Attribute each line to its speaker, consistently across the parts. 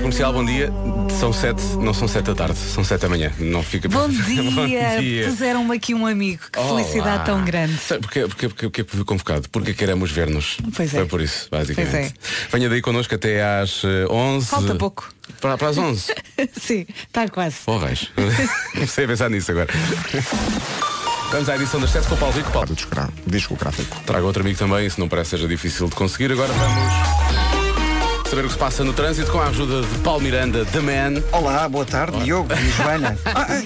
Speaker 1: comercial, bom dia. São sete, não são sete da tarde, são sete da manhã. Não fica
Speaker 2: Bom
Speaker 1: Bom
Speaker 2: dia!
Speaker 1: dia.
Speaker 2: Puseram-me aqui um amigo. Que
Speaker 1: Olá.
Speaker 2: felicidade tão grande.
Speaker 1: Sabe porquê, porquê, porquê, porquê que fui convocado? Porque queremos ver-nos.
Speaker 2: Pois é.
Speaker 1: Foi por isso, basicamente.
Speaker 2: Pois é.
Speaker 1: Venha daí connosco até às eh, 11.
Speaker 2: Falta pouco.
Speaker 1: Para, para as 11.
Speaker 2: Sim, estás quase.
Speaker 1: Porras. Comecei a pensar nisso agora. Vamos à edição das 7 com o Paulo Rico. Paulo,
Speaker 3: discográfico.
Speaker 1: traga outro amigo também, se não parece seja difícil de conseguir. Agora vamos saber o que se passa no trânsito com a ajuda de Paulo Miranda, The Man.
Speaker 4: Olá, boa tarde, Diogo e Joana. Ah, ah,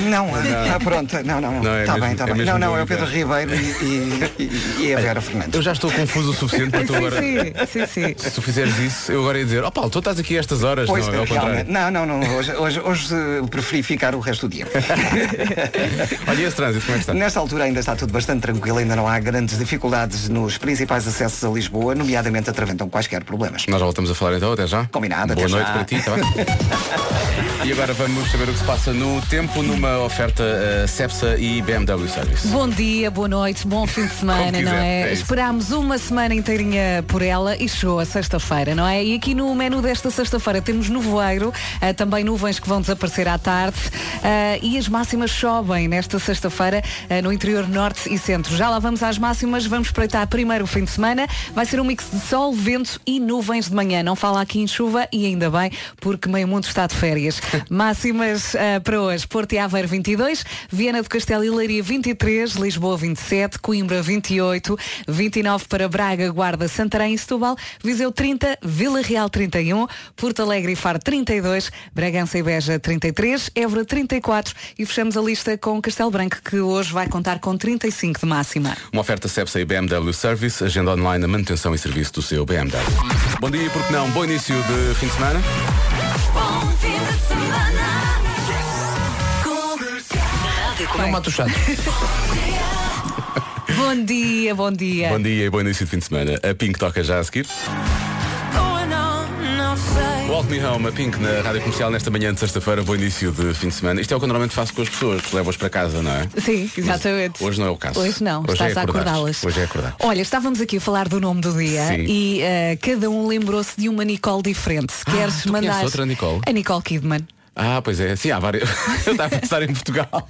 Speaker 4: não, ah, pronto, não, não,
Speaker 1: Não,
Speaker 4: não.
Speaker 1: é
Speaker 4: Está
Speaker 1: mesmo-
Speaker 4: bem, está
Speaker 1: é
Speaker 4: bem.
Speaker 1: mesmo
Speaker 4: Não, não, é o
Speaker 1: Diogo,
Speaker 4: Pedro Ribeiro e, e, e a Vera
Speaker 1: Eu
Speaker 4: Fernandes.
Speaker 1: já estou confuso o suficiente para tu Então agora.
Speaker 2: Sim, sim, sim, sim.
Speaker 1: Se tu fizeres isso, eu agora ia dizer, ó Paulo, tu estás aqui a estas horas,
Speaker 4: Pois,
Speaker 1: não é ao contrário.
Speaker 4: realmente. Não, não, não. Hoje, hoje, hoje eh, preferi ficar o resto do dia.
Speaker 1: Olha, e esse trânsito, como é que está?
Speaker 4: Nesta altura ainda está tudo bastante tranquilo, ainda não há grandes dificuldades nos principais acessos a Lisboa, nomeadamente atravessam quaisquer problemas.
Speaker 1: Nós já voltamos a falar então, até já.
Speaker 4: Combinado,
Speaker 1: Boa
Speaker 4: até
Speaker 1: noite
Speaker 4: já.
Speaker 1: para ti, tá bem? e agora vamos saber o que se passa no tempo numa oferta eh, Cepsa e BMW Service.
Speaker 2: Bom dia, boa noite, bom fim de
Speaker 1: Como
Speaker 2: semana,
Speaker 1: quiser,
Speaker 2: não é?
Speaker 1: é isso.
Speaker 2: Esperámos uma semana inteirinha por ela e chegou a sexta-feira, não é? E aqui no menu desta sexta-feira temos nevoeiro, ah, também nuvens que vão desaparecer à tarde ah, e as máximas sobem nesta sexta-feira ah, no interior norte e centro. Já lá vamos às máximas, vamos espreitar primeiro o fim de semana. Vai ser um mix de sol, vento e nuvens de manhã. Não fala aqui em chuva e ainda bem, porque meio mundo está de férias. Máximas ah, para hoje. Porto e Aveiro 22, Viana do Castelo e Leiria 23, Lisboa 27, Coimbra 28, 29 para Braga, Guarda, Santarém e Setúbal, Viseu 30, Vila Real 31, Porto Alegre e Faro 32, Bragança e Beja 33, Évora 34 e fechamos a lista com Castelo Branco que hoje vai contar com 35 de máxima.
Speaker 1: Uma oferta Cepsa e BMW Service, agenda online a manutenção e serviço do seu BMW. Bom dia, e porque não? Bom início de fim de semana.
Speaker 2: Bem,
Speaker 3: Mato Chato.
Speaker 2: bom dia, bom dia.
Speaker 1: Bom dia e bom início de fim de semana. A Pink toca já a seguir.
Speaker 5: Oh,
Speaker 1: Walk Me Home, a Pink na Rádio Comercial nesta manhã de sexta-feira, bom início de fim de semana. Isto é o que eu normalmente faço com as pessoas, levo-as para casa, não é?
Speaker 2: Sim, exatamente.
Speaker 1: hoje não é o caso.
Speaker 2: Hoje não,
Speaker 1: Hoje
Speaker 2: estás
Speaker 1: é
Speaker 2: a
Speaker 1: acordar.
Speaker 2: acordá-las.
Speaker 1: Hoje é acordar.
Speaker 2: Olha, estávamos aqui a falar do nome do dia
Speaker 1: Sim.
Speaker 2: e eh, cada um lembrou-se de uma Nicole diferente. Se
Speaker 1: Ah,
Speaker 2: Queres
Speaker 1: tu conheces
Speaker 2: mandar
Speaker 1: outra Nicole?
Speaker 2: A Nicole Kidman.
Speaker 1: Ah, pois é, sim, há várias. eu estava a pensar em Portugal.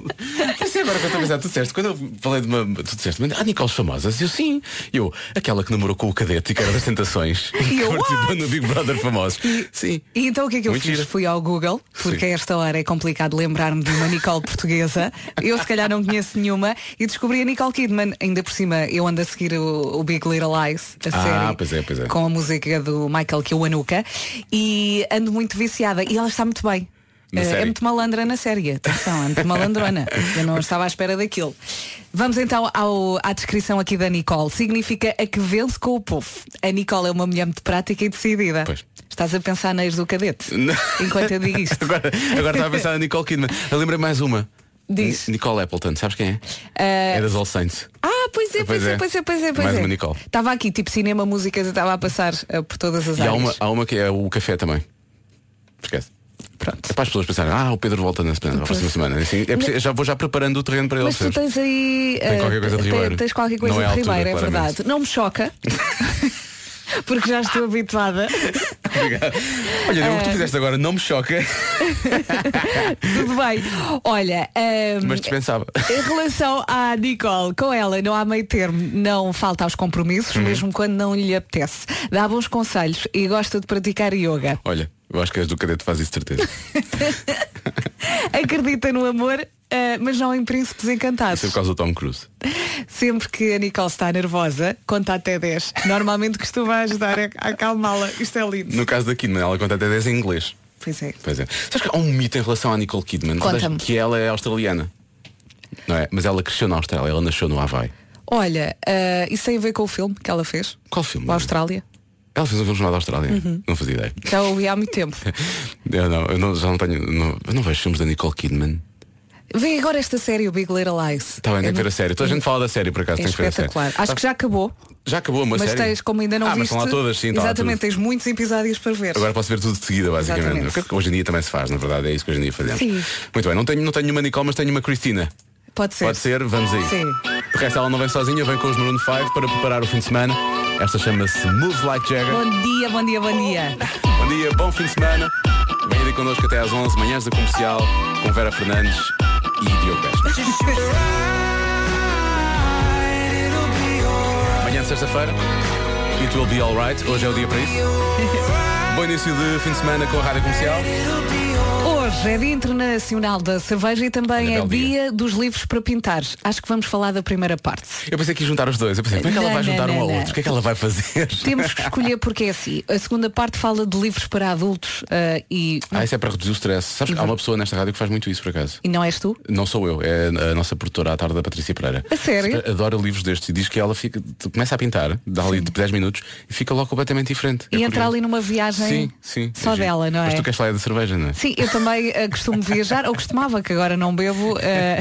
Speaker 1: Sim, agora que eu estou a pensar, tu disseste, quando eu falei de uma. Tu disseste, mas há Nicoles famosas? Eu sim. Eu, aquela que namorou com o cadete e que era das tentações.
Speaker 2: E eu,
Speaker 1: que participou
Speaker 2: what?
Speaker 1: no Big Brother famoso. Sim.
Speaker 2: E então o que é que eu
Speaker 1: Muito
Speaker 2: fiz?
Speaker 1: gira.
Speaker 2: Fui ao Google, porque
Speaker 1: Sim.
Speaker 2: a esta hora é complicado lembrar-me de uma Nicole portuguesa. Eu se calhar não conheço nenhuma e descobri a Nicole Kidman. Ainda por cima eu ando a seguir o, o Big Little Lies, a
Speaker 1: Ah,
Speaker 2: série.
Speaker 1: pois é, pois é.
Speaker 2: Com a música do Michael Kiwanuka. E ando muito viciada. E ela está muito bem.
Speaker 1: Na
Speaker 2: Eh,
Speaker 1: série?
Speaker 2: é muito malandra na série. Atenção, é muito malandrona. Eu não estava à espera daquilo. Vamos então ao- à descrição aqui da Nicole. Significa a que vence com o povo. A Nicole é uma mulher muito prática e decidida.
Speaker 1: Pois.
Speaker 2: Estás a pensar na ex do cadete?
Speaker 1: Não.
Speaker 2: Enquanto eu digo isto.
Speaker 1: Agora, agora estava a pensar na Nicole Kidman. Eu lembrei mais uma.
Speaker 2: Diz. Eh,
Speaker 1: N- Nicole Appleton, sabes quem é? É das All Saints.
Speaker 2: Ah, pois é, pois
Speaker 1: Pois
Speaker 2: é,
Speaker 1: é.
Speaker 2: pois é, pois é. Pois
Speaker 1: Mais
Speaker 2: é.
Speaker 1: uma Nicole.
Speaker 2: Estava aqui, tipo cinema, músicas, eu estava a passar eh, por todas as
Speaker 1: E há
Speaker 2: áreas.
Speaker 1: uma, há uma que é o café também. Esquece.
Speaker 2: Pronto.
Speaker 1: É para as pessoas pensarem, ah, o Pedro volta na, semana, na próxima
Speaker 2: Pois.
Speaker 1: semana. Assim, é preciso- já vou já preparando o terreno para ele.
Speaker 2: Mas tu
Speaker 1: percebes?
Speaker 2: tens aí.
Speaker 1: Tem
Speaker 2: eh,
Speaker 1: qualquer coisa de
Speaker 2: te-
Speaker 1: Ribeiro.
Speaker 2: Tens qualquer coisa
Speaker 1: Não é
Speaker 2: de
Speaker 1: a altura,
Speaker 2: Ribeiro, é
Speaker 1: claramente.
Speaker 2: verdade. Não me choca. Porque já estou habituada.
Speaker 1: Olha, o que
Speaker 2: Ah.
Speaker 1: tu fizeste agora não me choca,
Speaker 2: Tudo bem. Olha, ehm,
Speaker 1: mas dispensava.
Speaker 2: em relação à Nicole, com ela não há meio termo, não falta aos compromissos,
Speaker 1: Uhum.
Speaker 2: mesmo quando não lhe apetece. Dá bons conselhos e gosta de praticar yoga.
Speaker 1: Olha, eu acho que as do cadete faz isso de certeza.
Speaker 2: Acredita no amor, eh, mas não em príncipes encantados.
Speaker 1: Isso é por causa do Tom Cruise.
Speaker 2: Sempre que a Nicole está nervosa, conta até 10. Normalmente costuma ajudar a a acalmá-la. Isto é lindo.
Speaker 1: No caso da Kidman, ela conta até 10 em inglês.
Speaker 2: Pois é.
Speaker 1: Pois é. Sabes que há um mito em relação à Nicole Kidman?
Speaker 2: Conta-me.
Speaker 1: Sabes Que ela é australiana. Não é? Mas ela cresceu na Austrália, ela nasceu no Havaí.
Speaker 2: Olha, eh, isso tem a ver com o filme que ela fez?
Speaker 1: Qual filme?
Speaker 2: A Austrália. Uhum.
Speaker 1: Ela fez um filme chamado Austrália. Não fazia ideia.
Speaker 2: Já ouvi há muito tempo.
Speaker 1: Eu não, eu não- já não tenho. não- eu não vejo filmes da Nicole Kidman.
Speaker 2: Vem agora esta série, o Big Little Lies.
Speaker 1: Está Tá bem,
Speaker 2: É
Speaker 1: tem que ver
Speaker 2: muito-
Speaker 1: a série. Toda a gente fala da série, por acaso,
Speaker 2: É
Speaker 1: tem que ver a série.
Speaker 2: espetacular. Acho que já acabou,
Speaker 1: Já acabou uma
Speaker 2: mas
Speaker 1: série.
Speaker 2: tens, como ainda não
Speaker 1: ah,
Speaker 2: viste.
Speaker 1: mas estão lá todas, sim, estão lá
Speaker 2: exatamente, tens muitos episódios para ver.
Speaker 1: Agora posso ver tudo de seguida, basicamente.
Speaker 2: Exatamente.
Speaker 1: O que Hoje em dia também se faz, na verdade, é isso que hoje em dia fazemos.
Speaker 2: Sim.
Speaker 1: Muito bem, não tenho, não tenho uma Nicole, mas tenho uma Cristina.
Speaker 2: Pode ser.
Speaker 1: Pode ser, vamos aí.
Speaker 2: Sim.
Speaker 1: O resto ela não vem sozinha, vem com os Maroon 5 para preparar o fim de semana. Esta chama-se Moves Like Jagger.
Speaker 2: Bom dia, bom dia, bom dia.
Speaker 1: Bom dia, bom fim de semana. Venha aí connosco até às 11, manhãs da comercial, com Vera Fernandes e Diogo Pesca. Manhã de sexta-feira, it will be alright. Hoje é o dia para isso. Bom início de fim de semana com a rádio comercial.
Speaker 2: Hoje é Dia Internacional da Cerveja e também
Speaker 1: Olha,
Speaker 2: é
Speaker 1: belo dia.
Speaker 2: Dia dos Livros para Pintar. Acho que vamos falar da primeira parte.
Speaker 1: Eu pensei que ia juntar os dois. Eu pensei, como é que ela
Speaker 2: Não,
Speaker 1: vai
Speaker 2: não,
Speaker 1: juntar um
Speaker 2: não,
Speaker 1: ao
Speaker 2: não.
Speaker 1: outro? O que é que ela vai fazer?
Speaker 2: Temos que escolher porque é assim. A segunda parte fala de livros para adultos ah, e,
Speaker 1: Ah, isso é para reduzir o stress. Sabes, que há uma pessoa nesta rádio que faz muito isso, por acaso.
Speaker 2: e não és tu?
Speaker 1: Não sou eu, é a nossa produtora à tarde da Patrícia Pereira.
Speaker 2: A sério?
Speaker 1: Adora livros destes e diz que ela fica, começa a pintar, dá ali 10 minutos e fica logo completamente diferente. É
Speaker 2: e entrar
Speaker 1: curioso.
Speaker 2: ali numa viagem
Speaker 1: Sim, sim.
Speaker 2: só
Speaker 1: é giro.
Speaker 2: dela, não é?
Speaker 1: Mas tu queres falar da cerveja, não é?
Speaker 2: Sim, eu também eh, costumo viajar, ou costumava, que agora não bebo, eh,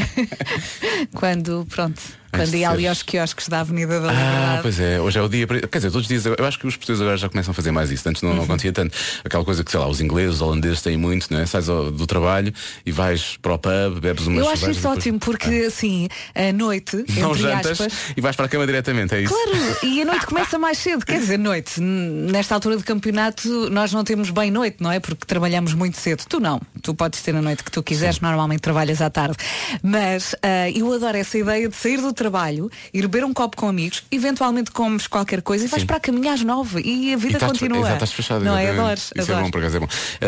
Speaker 2: quando, pronto, quando ia ali aos quiosques da Avenida da
Speaker 1: Ah,
Speaker 2: Liberdade.
Speaker 1: pois é, hoje é o dia. para- Quer dizer, todos os dias. Eu acho que os portugueses agora já começam a fazer mais isso. Antes não,
Speaker 2: Uhum.
Speaker 1: não acontecia tanto. Aquela coisa que, sei lá, os ingleses, os holandeses têm muito, não é? Sais ao- do trabalho e vais para o pub, bebes umas
Speaker 2: eu acho
Speaker 1: cervejas e
Speaker 2: isso
Speaker 1: depois- Ah.
Speaker 2: ótimo, porque assim, à noite,
Speaker 1: Não
Speaker 2: entre
Speaker 1: jantas
Speaker 2: aspas.
Speaker 1: e vais para a cama diretamente, é isso?
Speaker 2: Claro, e a noite começa mais cedo, quer dizer, noite. N- Nesta altura do campeonato nós não temos bem noite, não é? Porque trabalhamos muito cedo. Tu não, tu podes ter a noite que tu quiseres, normalmente trabalhas à tarde. Mas ah, eu adoro essa ideia de sair do trabalho, ir beber um copo com amigos, eventualmente comes qualquer coisa e vais para a caminhar às nove e a
Speaker 1: E
Speaker 2: vida
Speaker 1: estás-
Speaker 2: continua.
Speaker 1: Exato, estás fechado.
Speaker 2: não é?
Speaker 1: exatamente.
Speaker 2: Adoro,
Speaker 1: Isso é
Speaker 2: adoro.
Speaker 1: bom, por acaso é bom.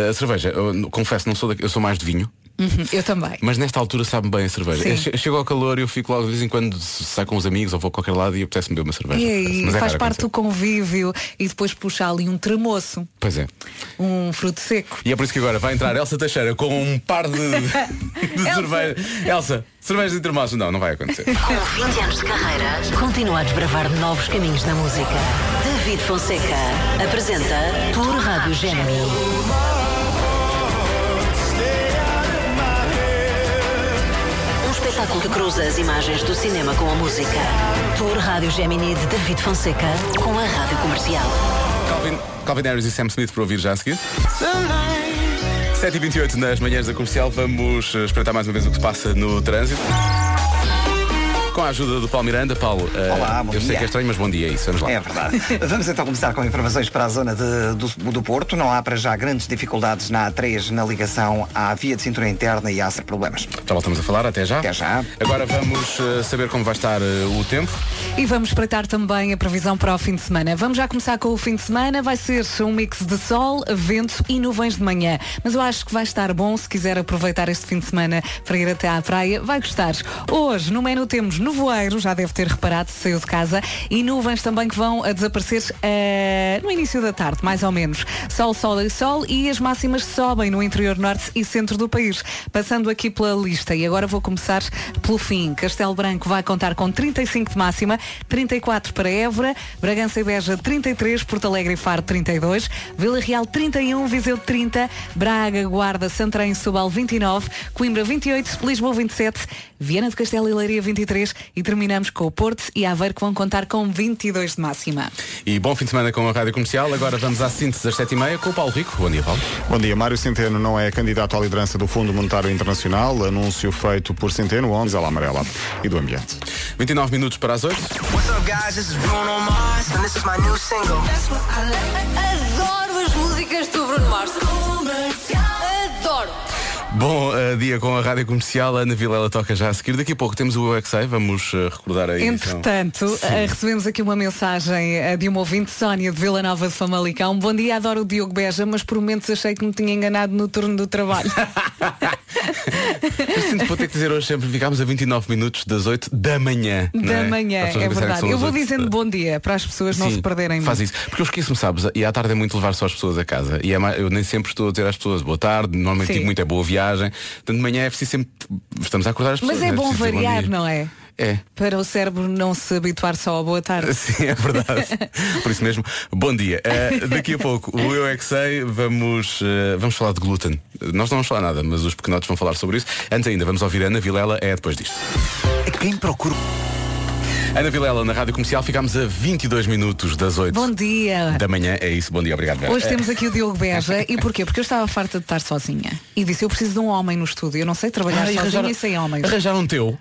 Speaker 1: A cerveja, eu n- confesso, não sou daqui, eu sou mais de vinho.
Speaker 2: Uhum, eu também.
Speaker 1: Mas nesta altura sabe bem a cerveja.
Speaker 2: Sim.
Speaker 1: Eu che- Chego ao calor e eu fico lá de vez em quando se- saio com os amigos ou vou a qualquer lado e apetece-me beber uma cerveja.
Speaker 2: E
Speaker 1: confesso.
Speaker 2: aí,
Speaker 1: Mas é
Speaker 2: faz
Speaker 1: raro
Speaker 2: parte do
Speaker 1: acontecer.
Speaker 2: convívio e depois puxa ali um tremoço,
Speaker 1: Pois é.
Speaker 2: um fruto seco.
Speaker 1: E é por isso que agora vai entrar Elsa Teixeira com um par de, de
Speaker 2: Elsa.
Speaker 1: cerveja. Elsa, cervejas de termaço. Não, não vai acontecer.
Speaker 3: Com 20 anos de carreira, continua a desbravar novos caminhos na música. David Fonseca apresenta Tour Rádio Gémini. Um espetáculo que cruza as imagens do cinema com a música. Tour Rádio Gémini de David Fonseca com a rádio comercial.
Speaker 1: Calvin, Calvin Harris e Sam Smith para ouvir já a seguir. 7h28 nas manhãs da comercial, vamos eh, espreitar mais uma vez o que se passa no trânsito. Com a ajuda do Paulo Miranda, Paulo, eh,
Speaker 4: Olá, bom
Speaker 1: eu sei
Speaker 4: dia.
Speaker 1: que é estranho, mas bom dia, é isso, vamos lá.
Speaker 4: É verdade. Vamos então começar com informações para a zona de- do, do Porto. Não há para já grandes dificuldades na A3 na ligação à via de cintura interna e há sem problemas.
Speaker 1: Já voltamos a falar, até já.
Speaker 4: Até já.
Speaker 1: Agora vamos eh, saber como vai estar eh, o tempo.
Speaker 2: E vamos espreitar também a previsão para o fim de semana. Vamos já começar com o fim de semana. Vai ser um mix de sol, vento e nuvens de manhã. Mas eu acho que vai estar bom se quiser aproveitar este fim de semana para ir até à praia. Vai gostar. Hoje no menu temos nevoeiro, já deve ter reparado, se saiu de casa, e nuvens também que vão a desaparecer eh, no início da tarde, mais ou menos. Sol, sol e sol e as máximas sobem no interior norte e centro do país. Passando aqui pela lista e agora vou começar pelo fim. Castelo Branco vai contar com 35 de máxima, 34 para Évora, Bragança e Beja 33, Porto Alegre e Faro 32, Vila Real 31, Viseu 30, Braga, Guarda, Santarém e Setúbal 29, Coimbra 28, Lisboa 27, Viana do Castelo e Leiria 23 e terminamos com o Porto e Aveiro que vão contar com 22 de máxima.
Speaker 1: E bom fim de semana com a Rádio Comercial. Agora vamos à síntese das 7h30 com o Paulo Rico. Bom dia, Paulo.
Speaker 6: Bom dia, Mário Centeno não é candidato à liderança do Fundo Monetário Internacional, anúncio feito por Centeno, ontem, à amarela e do ambiente.
Speaker 1: 29 minutos para as 8.
Speaker 7: What's up, guys? This is Bruno Mars, and this is my new single.
Speaker 5: Adoro as músicas do Bruno Mars. Adoro.
Speaker 1: Bom eh, dia com a Rádio Comercial, Ana Vilela toca já a seguir. Daqui a pouco temos o UXA, vamos eh, recordar a edição.
Speaker 2: Entretanto, eh, recebemos aqui uma mensagem eh, de uma ouvinte, Sónia, de Vila Nova de Famalicão. Bom dia, adoro o Diogo Beja, mas por momentos achei que me tinha enganado no turno do trabalho.
Speaker 1: Eu sinto que vou ter que dizer hoje sempre, ficámos a 29 minutos das 8 da manhã. não
Speaker 2: da
Speaker 1: é?
Speaker 2: manhã,
Speaker 1: As pessoas
Speaker 2: é
Speaker 1: pensarem que
Speaker 2: verdade.
Speaker 1: são
Speaker 2: Eu
Speaker 1: as
Speaker 2: vou
Speaker 1: oito.
Speaker 2: dizendo bom dia para as pessoas não
Speaker 1: Sim,
Speaker 2: se perderem.
Speaker 1: Faz
Speaker 2: muito.
Speaker 1: isso. Porque eu esqueço-me, sabes? E à tarde é muito levar só as pessoas a casa. E é mais- eu nem sempre estou a dizer às pessoas boa tarde, normalmente
Speaker 2: Sim.
Speaker 1: digo muito é boa viagem. Portanto, de manhã é preciso sempre. Estamos a acordar as pessoas.
Speaker 2: Mas é
Speaker 1: não
Speaker 2: bom
Speaker 1: Preciso dizer
Speaker 2: variar,
Speaker 1: dia.
Speaker 2: não é?
Speaker 1: É.
Speaker 2: Para o cérebro não se habituar só à boa tarde.
Speaker 1: Sim, é verdade. Por isso mesmo, bom dia. Eh, daqui a pouco, o Eu é que sei, vamos, eh, vamos falar de glúten. Nós não vamos falar nada, mas os pequenotes vão falar sobre isso. Antes ainda, vamos ouvir a Ana Vilela, é depois disto.
Speaker 4: Quem procura
Speaker 1: Ana Vilela, na Rádio Comercial, ficámos a 22 minutos das 8
Speaker 2: Bom dia.
Speaker 1: da manhã. É isso, bom dia, obrigado. Vera.
Speaker 2: Hoje
Speaker 1: Eh,
Speaker 2: temos aqui o Diogo Beja. E porquê? Porque eu estava farta de estar sozinha. E disse, eu preciso de um homem no estúdio. Eu não sei trabalhar
Speaker 1: ah, e
Speaker 2: sozinha
Speaker 1: arranjaram-
Speaker 2: e sem homens.
Speaker 1: Arranjaram um teu.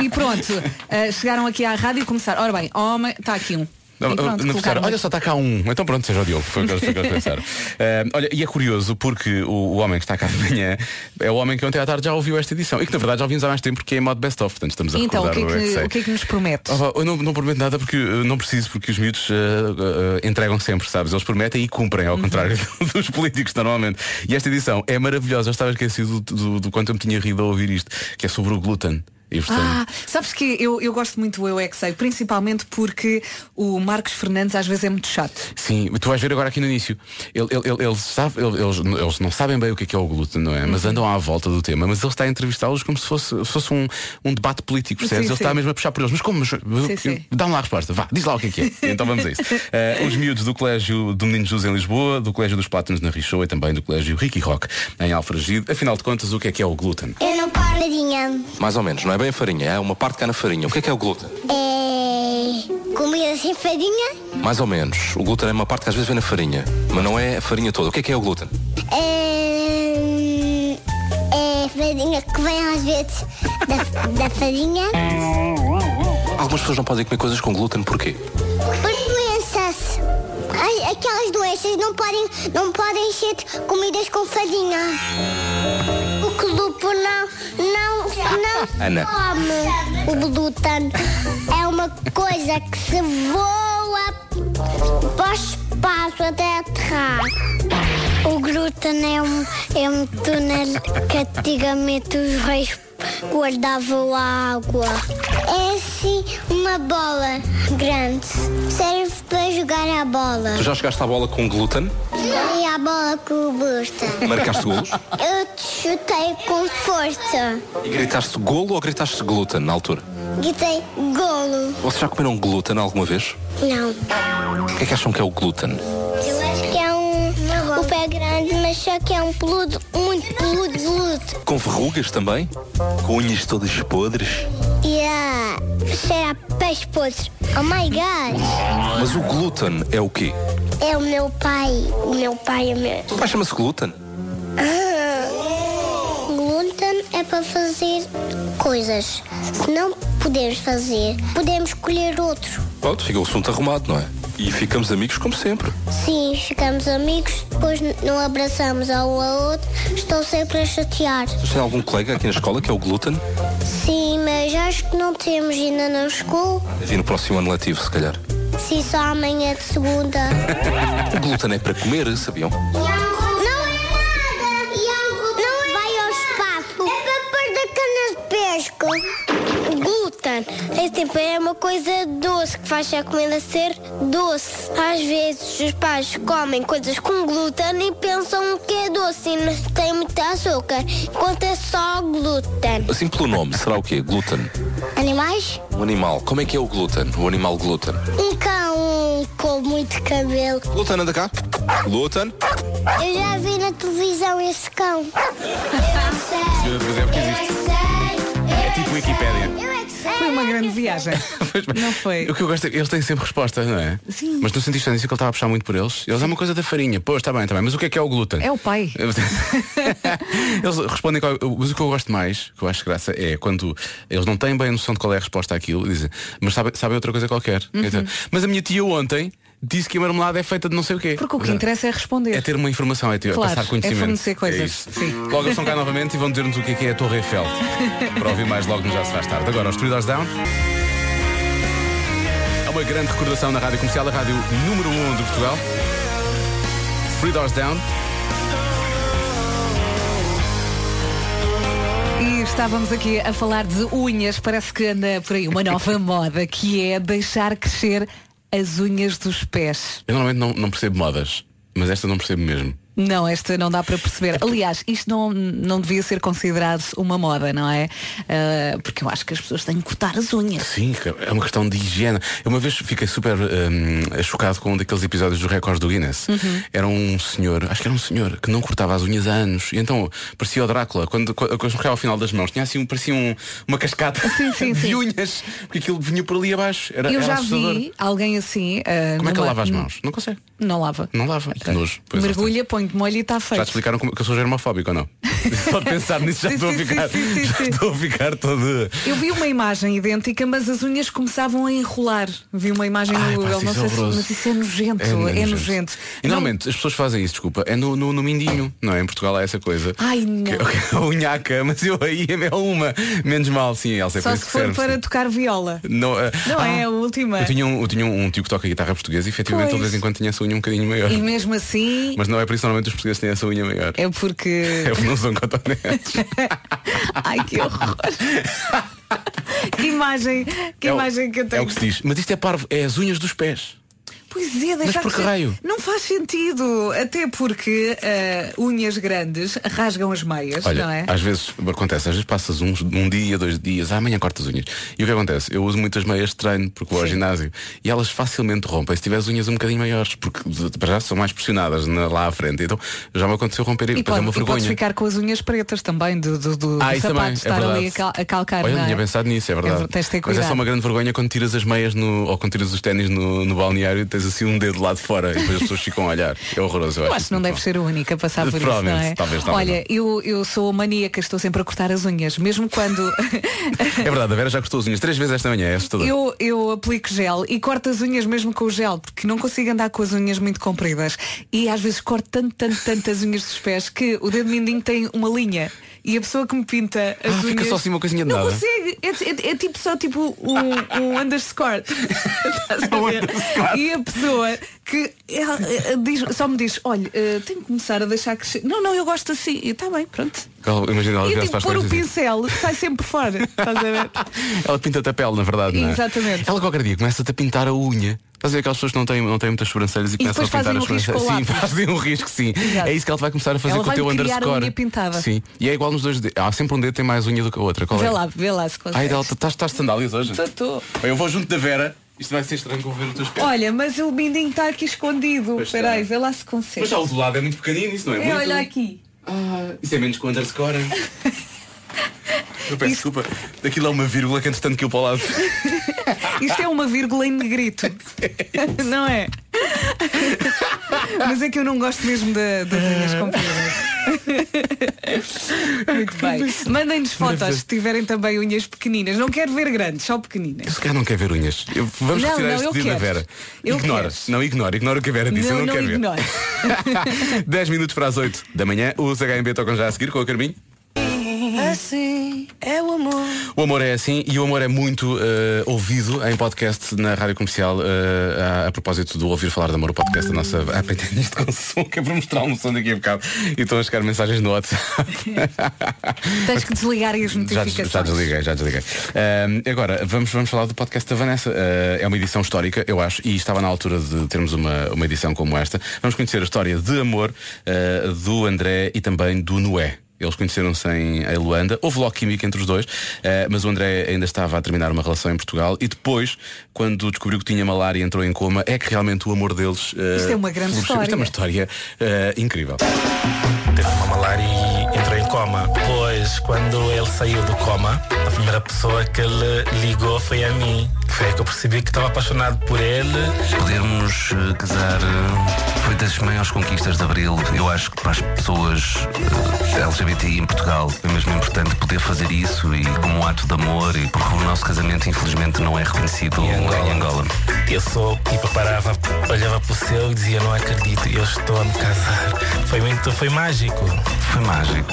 Speaker 2: E pronto, eh, chegaram aqui à rádio e começaram. Ora bem, homem, está aqui um.
Speaker 1: Não,
Speaker 2: E pronto,
Speaker 1: não pensaram,
Speaker 2: colocaram.
Speaker 1: olha só, está cá um. Então pronto, seja o Diogo. Foi o que eles foi o que eles pensaram. Eh, olha, e é curioso porque o, o homem que está cá de manhã é o homem que ontem à tarde já ouviu esta edição. E que na verdade já ouvimos há mais tempo porque é em modo best of. Portanto, estamos a
Speaker 2: Então, o
Speaker 1: recordar
Speaker 2: que, é
Speaker 1: Eu
Speaker 2: que,
Speaker 1: Sei.
Speaker 2: o que é que nos promete?
Speaker 1: Ah, vá, eu não, não prometo nada porque eh, não preciso, porque os miúdos eh, eh, entregam sempre, sabes? Eles prometem e cumprem, ao contrário dos políticos normalmente. E esta edição é maravilhosa. Eu estava esquecido do, do, do quanto eu me tinha rido a ouvir isto, que é sobre o glúten. E, portanto,
Speaker 2: Ah, sabes que eu, eu gosto muito do Eu É Que Sei, principalmente porque o Marcos Fernandes às vezes é muito chato.
Speaker 1: Sim, tu vais ver agora aqui no início. Ele, ele, ele, ele sabe- ele- eles, eles não sabem bem o que é, que é o glúten, não é? Mas andam à volta do tema. Mas ele está a entrevistá-los como se fosse, se fosse um, um debate político, percebes?
Speaker 2: Sim,
Speaker 1: ele
Speaker 2: sim.
Speaker 1: está mesmo a puxar por eles. Mas como? Mas,
Speaker 2: sim.
Speaker 1: Dá-me lá a resposta. Vá, diz lá o que é que é. E então vamos a isso. Eh, os miúdos do Colégio do Menino Jus em Lisboa, do Colégio dos Plátanos na Richoa e também do Colégio Ricky Rock em Alfragide. Afinal de contas, o que é que é o glúten?
Speaker 8: Eu não paro farinha.
Speaker 9: Mais ou menos, não é bem a farinha, é uma parte cá na farinha. O que é que é o glúten?
Speaker 8: É comida sem farinha.
Speaker 9: Mais ou menos. O glúten é uma parte que às vezes vem na farinha, mas não é a farinha toda. O que é que é o glúten?
Speaker 8: É, é farinha que vem às vezes da, da farinha.
Speaker 9: Algumas pessoas não podem comer coisas com glúten, porquê?
Speaker 8: Por doenças. Ai, Aquelas doenças não podem, não podem ser comidas com farinha. O que lupo não, não, não
Speaker 9: Ana.
Speaker 8: come. O glúten é uma coisa que se voa para o espaço até aterrar. O glúten é um, é um túnel que antigamente os reis guardavam a água. É assim uma bola grande. Serve para jogar a bola.
Speaker 9: Tu já chegaste à bola com glúten,
Speaker 8: E a bola com o busta.
Speaker 9: marcaste golos,
Speaker 8: Eu te chutei com força.
Speaker 9: e gritaste golo ou gritaste glúten na altura?
Speaker 8: Gritei golo.
Speaker 9: Vocês já comeram glúten alguma vez?
Speaker 8: Não.
Speaker 9: O que é que acham que é o glúten?
Speaker 8: Eu acho que é um, o pé grande, mas só que é um peludo, muito peludo, peludo.
Speaker 9: Com verrugas também? Com unhas todas podres?
Speaker 8: E a cheira a peixe podre. Oh my God.
Speaker 9: Mas o glúten é o quê?
Speaker 8: É o meu pai. O meu pai é meu.
Speaker 9: O pai chama-se glúten.
Speaker 8: Glúten é para fazer coisas. Se não podemos fazer, podemos escolher outro.
Speaker 9: Pronto, fica o assunto arrumado, não é? E ficamos amigos como sempre.
Speaker 8: Sim, ficamos amigos, depois não abraçamos a um ao outro, estou sempre a chatear.
Speaker 9: Vocês têm algum colega aqui na escola que é o glúten?
Speaker 8: Sim, mas acho que não temos ainda na escola.
Speaker 9: Vim no próximo ano letivo, se calhar.
Speaker 8: Sim, só amanhã de segunda.
Speaker 9: O glúten é para comer, sabiam?
Speaker 8: Não é nada! Não é Vai ao espaço! É para perder canas de pesca! Glúten. Esse tempero é uma coisa doce que faz a comida ser doce. Às vezes os pais comem coisas com glúten e pensam que é doce e não tem muito açúcar, enquanto é só glúten.
Speaker 9: Assim pelo nome, será o quê? Glúten.
Speaker 8: Animais?
Speaker 9: Um animal. Como é que é o glúten? O animal glúten.
Speaker 8: Um cão com muito cabelo.
Speaker 9: Glúten, anda cá. Glúten.
Speaker 8: Eu já vi na televisão esse cão.
Speaker 1: Senhora de José, porque
Speaker 8: é
Speaker 1: existe. É tipo Wikipédia.
Speaker 2: Foi É uma grande viagem. Não foi.
Speaker 1: O que eu gosto é que eles têm sempre resposta, não é?
Speaker 2: Sim.
Speaker 1: Mas não sentiste nisso que ele estava a puxar muito por eles? Eles é uma coisa da farinha. Pois, está bem, está bem. Mas o que é que é o glúten?
Speaker 2: É o pai.
Speaker 1: eles respondem qual- Mas o que eu gosto mais, que eu acho graça, é quando eles não têm bem a noção de qual é a resposta àquilo e dizem, mas sabem sabem outra coisa qualquer.
Speaker 2: Uhum.
Speaker 1: Então, mas a minha tia ontem disse que a marmelada é feita de não sei o quê.
Speaker 2: Porque o que
Speaker 1: Exato.
Speaker 2: interessa é responder.
Speaker 1: É ter uma informação, é, ter,
Speaker 2: Claro,
Speaker 1: é passar conhecimento.
Speaker 2: é fornecer coisas.
Speaker 1: É isso.
Speaker 2: Sim.
Speaker 1: Logo eles estão cá novamente e vão dizer-nos o que é que é a Torre Eiffel. Para ouvir mais logo no Já Se Faz Tarde. Agora, os Thrillers Down. É uma grande recordação na Rádio Comercial, a rádio número 1 um de Portugal. Three Doors Down.
Speaker 2: E estávamos aqui a falar de unhas. Parece que anda por aí uma nova moda que é deixar crescer as unhas dos pés.
Speaker 1: Eu normalmente não, não percebo modas, mas esta não percebo mesmo.
Speaker 2: Não, esta não dá para perceber. Aliás, isto não, não devia ser considerado uma moda, não é? Ah, porque eu acho que as pessoas têm que cortar as unhas.
Speaker 1: Sim, é uma questão de higiene. Eu uma vez fiquei super hum, chocado com um daqueles episódios dos recordes do Guinness.
Speaker 2: Uhum.
Speaker 1: Era um senhor, acho que era um senhor, que não cortava as unhas há anos. E então parecia o Drácula, quando, quando, quando chegava ao final das mãos, tinha assim, um- parecia um- uma cascata
Speaker 2: Sim, sim,
Speaker 1: de
Speaker 2: sim.
Speaker 1: unhas, porque aquilo vinha por ali abaixo. Era,
Speaker 2: Eu
Speaker 1: era
Speaker 2: já
Speaker 1: É assustador.
Speaker 2: vi alguém assim. ah,
Speaker 1: Como é que ele
Speaker 2: numa-
Speaker 1: lava as mãos? Não consegue.
Speaker 2: Não lava. Então,
Speaker 1: Não lava. Que nojo. Pois, lá
Speaker 2: Mergulha, põe põe de molho e está
Speaker 1: Já te
Speaker 2: feito.
Speaker 1: explicaram como, que eu sou germofóbico ou não? Só de pensar nisso já
Speaker 2: Sim,
Speaker 1: estou a
Speaker 2: sim,
Speaker 1: ficar.
Speaker 2: sim, sim,
Speaker 1: já
Speaker 2: sim.
Speaker 1: estou a ficar todo.
Speaker 2: Eu vi uma imagem idêntica, mas as unhas começavam a enrolar. Vi uma imagem
Speaker 1: Ai,
Speaker 2: no
Speaker 1: pá,
Speaker 2: Google,
Speaker 1: isso
Speaker 2: não
Speaker 1: é
Speaker 2: sei se,
Speaker 1: horroroso.
Speaker 2: mas isso é nojento, é, nojento.
Speaker 1: E normalmente as pessoas fazem isso, desculpa, é no, no, no mindinho, não é? Em Portugal há essa coisa.
Speaker 2: Ai, Ah, não.
Speaker 1: Que- é que a unha à cama, mas eu aí é uma. Menos mal, sim, Elsa, é
Speaker 2: Só
Speaker 1: por
Speaker 2: se
Speaker 1: isso que
Speaker 2: for
Speaker 1: serve,
Speaker 2: para
Speaker 1: sim.
Speaker 2: tocar viola.
Speaker 1: Não, eh,
Speaker 2: Não
Speaker 1: ah,
Speaker 2: é a última.
Speaker 1: Eu tinha, um, eu tinha um, um tio que toca guitarra portuguesa e efetivamente
Speaker 2: Pois.
Speaker 1: de vez em quando tinha essa unha um bocadinho maior.
Speaker 2: E mesmo assim
Speaker 1: Mas não é por isso normalmente os portugueses têm essa unha maior.
Speaker 2: é porque.
Speaker 1: É porque não são cotonetes.
Speaker 2: Ai, que horror. que imagem, que
Speaker 1: É o-
Speaker 2: imagem que eu tenho.
Speaker 1: É o que se diz. Mas isto é parvo, é as unhas dos pés.
Speaker 2: Pois é, deixar
Speaker 1: por que
Speaker 2: crescer.
Speaker 1: raio?
Speaker 2: Não faz sentido, até porque ah, unhas grandes rasgam as meias,
Speaker 1: Olha,
Speaker 2: não é?
Speaker 1: às vezes acontece, às vezes passas uns, um dia, dois dias, ah, amanhã corto as unhas. E o que acontece? Eu uso muitas meias de treino, porque vou ao ginásio, e elas facilmente rompem se tiver as unhas um bocadinho maiores, porque de- para já são mais pressionadas na- lá à frente. Então já me aconteceu romper e
Speaker 2: E,
Speaker 1: depois é
Speaker 2: pode,
Speaker 1: uma
Speaker 2: e podes
Speaker 1: vergonha.
Speaker 2: ficar com as unhas pretas também do, do, do-
Speaker 1: Ah,
Speaker 2: do
Speaker 1: isso
Speaker 2: sapato
Speaker 1: também, é
Speaker 2: estar ali a,
Speaker 1: verdade.
Speaker 2: cal- a calcar.
Speaker 1: Olha,
Speaker 2: não
Speaker 1: não
Speaker 2: é?
Speaker 1: tinha pensado nisso, é verdade.
Speaker 2: ver- tens de ter
Speaker 1: Mas é só
Speaker 2: cuidado.
Speaker 1: uma grande vergonha quando tiras as meias no, ou quando tiras os ténis no, no balneário e tens assim um dedo lá de fora e depois as pessoas ficam a olhar. É horroroso.
Speaker 2: Eu acho que não deves ser a única a passar por isso, não
Speaker 1: Provavelmente,
Speaker 2: é?
Speaker 1: talvez, talvez
Speaker 2: Olha, eu, eu sou maníaca, estou sempre a cortar as unhas, mesmo quando
Speaker 1: É verdade, a Vera já cortou as unhas três vezes esta manhã, é assustador.
Speaker 2: eu, eu aplico gel e corto as unhas mesmo com o gel, porque não consigo andar com as unhas muito compridas. E às vezes corto tanto, tanto, tanto as unhas dos pés que o dedo mindinho tem uma linha. E a pessoa que me pinta as
Speaker 1: Ah,
Speaker 2: unhas.
Speaker 1: fica só assim uma coisinha de
Speaker 2: não
Speaker 1: nada.
Speaker 2: consegue. É, é- é tipo só tipo um, um underscore. Estás
Speaker 1: É um
Speaker 2: a ver? e a pessoa que ela, eh, eh, diz- só me diz, olha, eh, tenho que começar a deixar crescer. Não, não, eu gosto assim. E está bem, pronto.
Speaker 1: Ela- Imagina ela
Speaker 2: E eu
Speaker 1: virasse para
Speaker 2: tenho que
Speaker 1: as
Speaker 2: pôr o
Speaker 1: coisas assim. e
Speaker 2: pincel, sai sempre fora. Estás a ver?
Speaker 1: Ela pinta-te a pele, na verdade, não é?
Speaker 2: Exatamente.
Speaker 1: Ela qualquer dia começa-te a pintar a unha. Estás a ver aquelas pessoas que não têm, não têm muitas sobrancelhas e, começam a
Speaker 2: depois
Speaker 1: pintar
Speaker 2: fazem
Speaker 1: as
Speaker 2: um risco
Speaker 1: sobrancelhas.
Speaker 2: ao
Speaker 1: Sim,
Speaker 2: lápis.
Speaker 1: fazem um risco, sim.
Speaker 2: Exato.
Speaker 1: É isso que ela vai começar a fazer
Speaker 2: Ela
Speaker 1: com o teu
Speaker 2: vai-lhe criar a
Speaker 1: underscore.
Speaker 2: unha pintada.
Speaker 1: Sim. E é igual nos dois dedos. Há sempre um dedo que tem mais unha do que a outra. Qual
Speaker 2: Vê
Speaker 1: é?
Speaker 2: lá, vê lá se consegues.
Speaker 1: Ai, Del, estás estás de sandálias hoje?
Speaker 2: Tô, tô.
Speaker 1: Bem, Eu vou junto da Vera. Isto vai ser estranho que eu vou ver os teus pés.
Speaker 2: Olha, mas o mindinho está aqui escondido.
Speaker 1: Pois
Speaker 2: Espera aí,
Speaker 1: está.
Speaker 2: vê lá se consegue.
Speaker 1: Mas já o do lado é muito pequenino, isso não é?
Speaker 2: É,
Speaker 1: muito?
Speaker 2: olha aqui.
Speaker 1: Ah, isso é menos que o underscore. Eu peço
Speaker 2: Isto-
Speaker 1: desculpa. Daquilo é uma vírgula que entretanto que eu para o lado.
Speaker 2: Isto é uma vírgula em negrito. não é? mas é que eu não gosto mesmo da, das unhas compridas. Muito bem. Mandem-nos
Speaker 1: eh,
Speaker 2: fotos se tiverem também unhas pequeninas. Não quero ver grandes, só pequeninas.
Speaker 1: Se calhar não quer ver unhas. Eu- vamos
Speaker 2: Não,
Speaker 1: retirar
Speaker 2: não,
Speaker 1: este
Speaker 2: eu
Speaker 1: pedido da
Speaker 2: quero.
Speaker 1: Vera.
Speaker 2: Eu
Speaker 1: ignora.
Speaker 2: quero.
Speaker 1: Não, ignora. Ignora o que a Vera disse. eu não, quero
Speaker 2: ignoro.
Speaker 1: ver. 10 minutos para as 8 da manhã. Os HMB tocam já a seguir com o Carminho.
Speaker 5: Assim é o amor.
Speaker 1: O amor é assim e o amor é muito eh, ouvido em podcast na rádio comercial. eh, a, a propósito do Ouvir Falar de Amor, o podcast da nossa. Ah, pá, tenho isto com som, que é para mostrar um som daqui a bocado. E estão a chegar mensagens no WhatsApp.
Speaker 2: Tens que desligar as
Speaker 1: Já, des-
Speaker 2: notificações.
Speaker 1: já desliguei, já desliguei. Ahm, agora, vamos, vamos falar do podcast da Vanessa. Ah, é uma edição histórica, eu acho, e estava na altura de termos uma, uma edição como esta. Vamos conhecer a história de amor ah, do André e também do Noé. Eles conheceram-se em, em Luanda, houve logo química entre os dois, ah, mas o André ainda estava a terminar uma relação em Portugal e depois, quando descobriu que tinha malária e entrou em coma, é que realmente o amor deles. ah,
Speaker 2: Isto é uma grande
Speaker 1: floresceu. Isto é uma história ah, incrível.
Speaker 10: Teve uma malária e entrou em coma. Pois, quando ele saiu do coma, a primeira pessoa que ele ligou foi a mim. Foi aí que eu percebi que estava apaixonado por ele.
Speaker 9: Podermos eh, casar eh, foi das maiores conquistas de Abril. Eu acho que para as pessoas eh, LGBTI em Portugal é mesmo importante poder fazer isso e como um ato de amor e porque o nosso casamento infelizmente não é reconhecido em Angola.
Speaker 10: Eu só tipo, parava, olhava para o céu e dizia: Não acredito, eu estou a me casar. Foi muito, foi mágico.
Speaker 9: Foi mágico.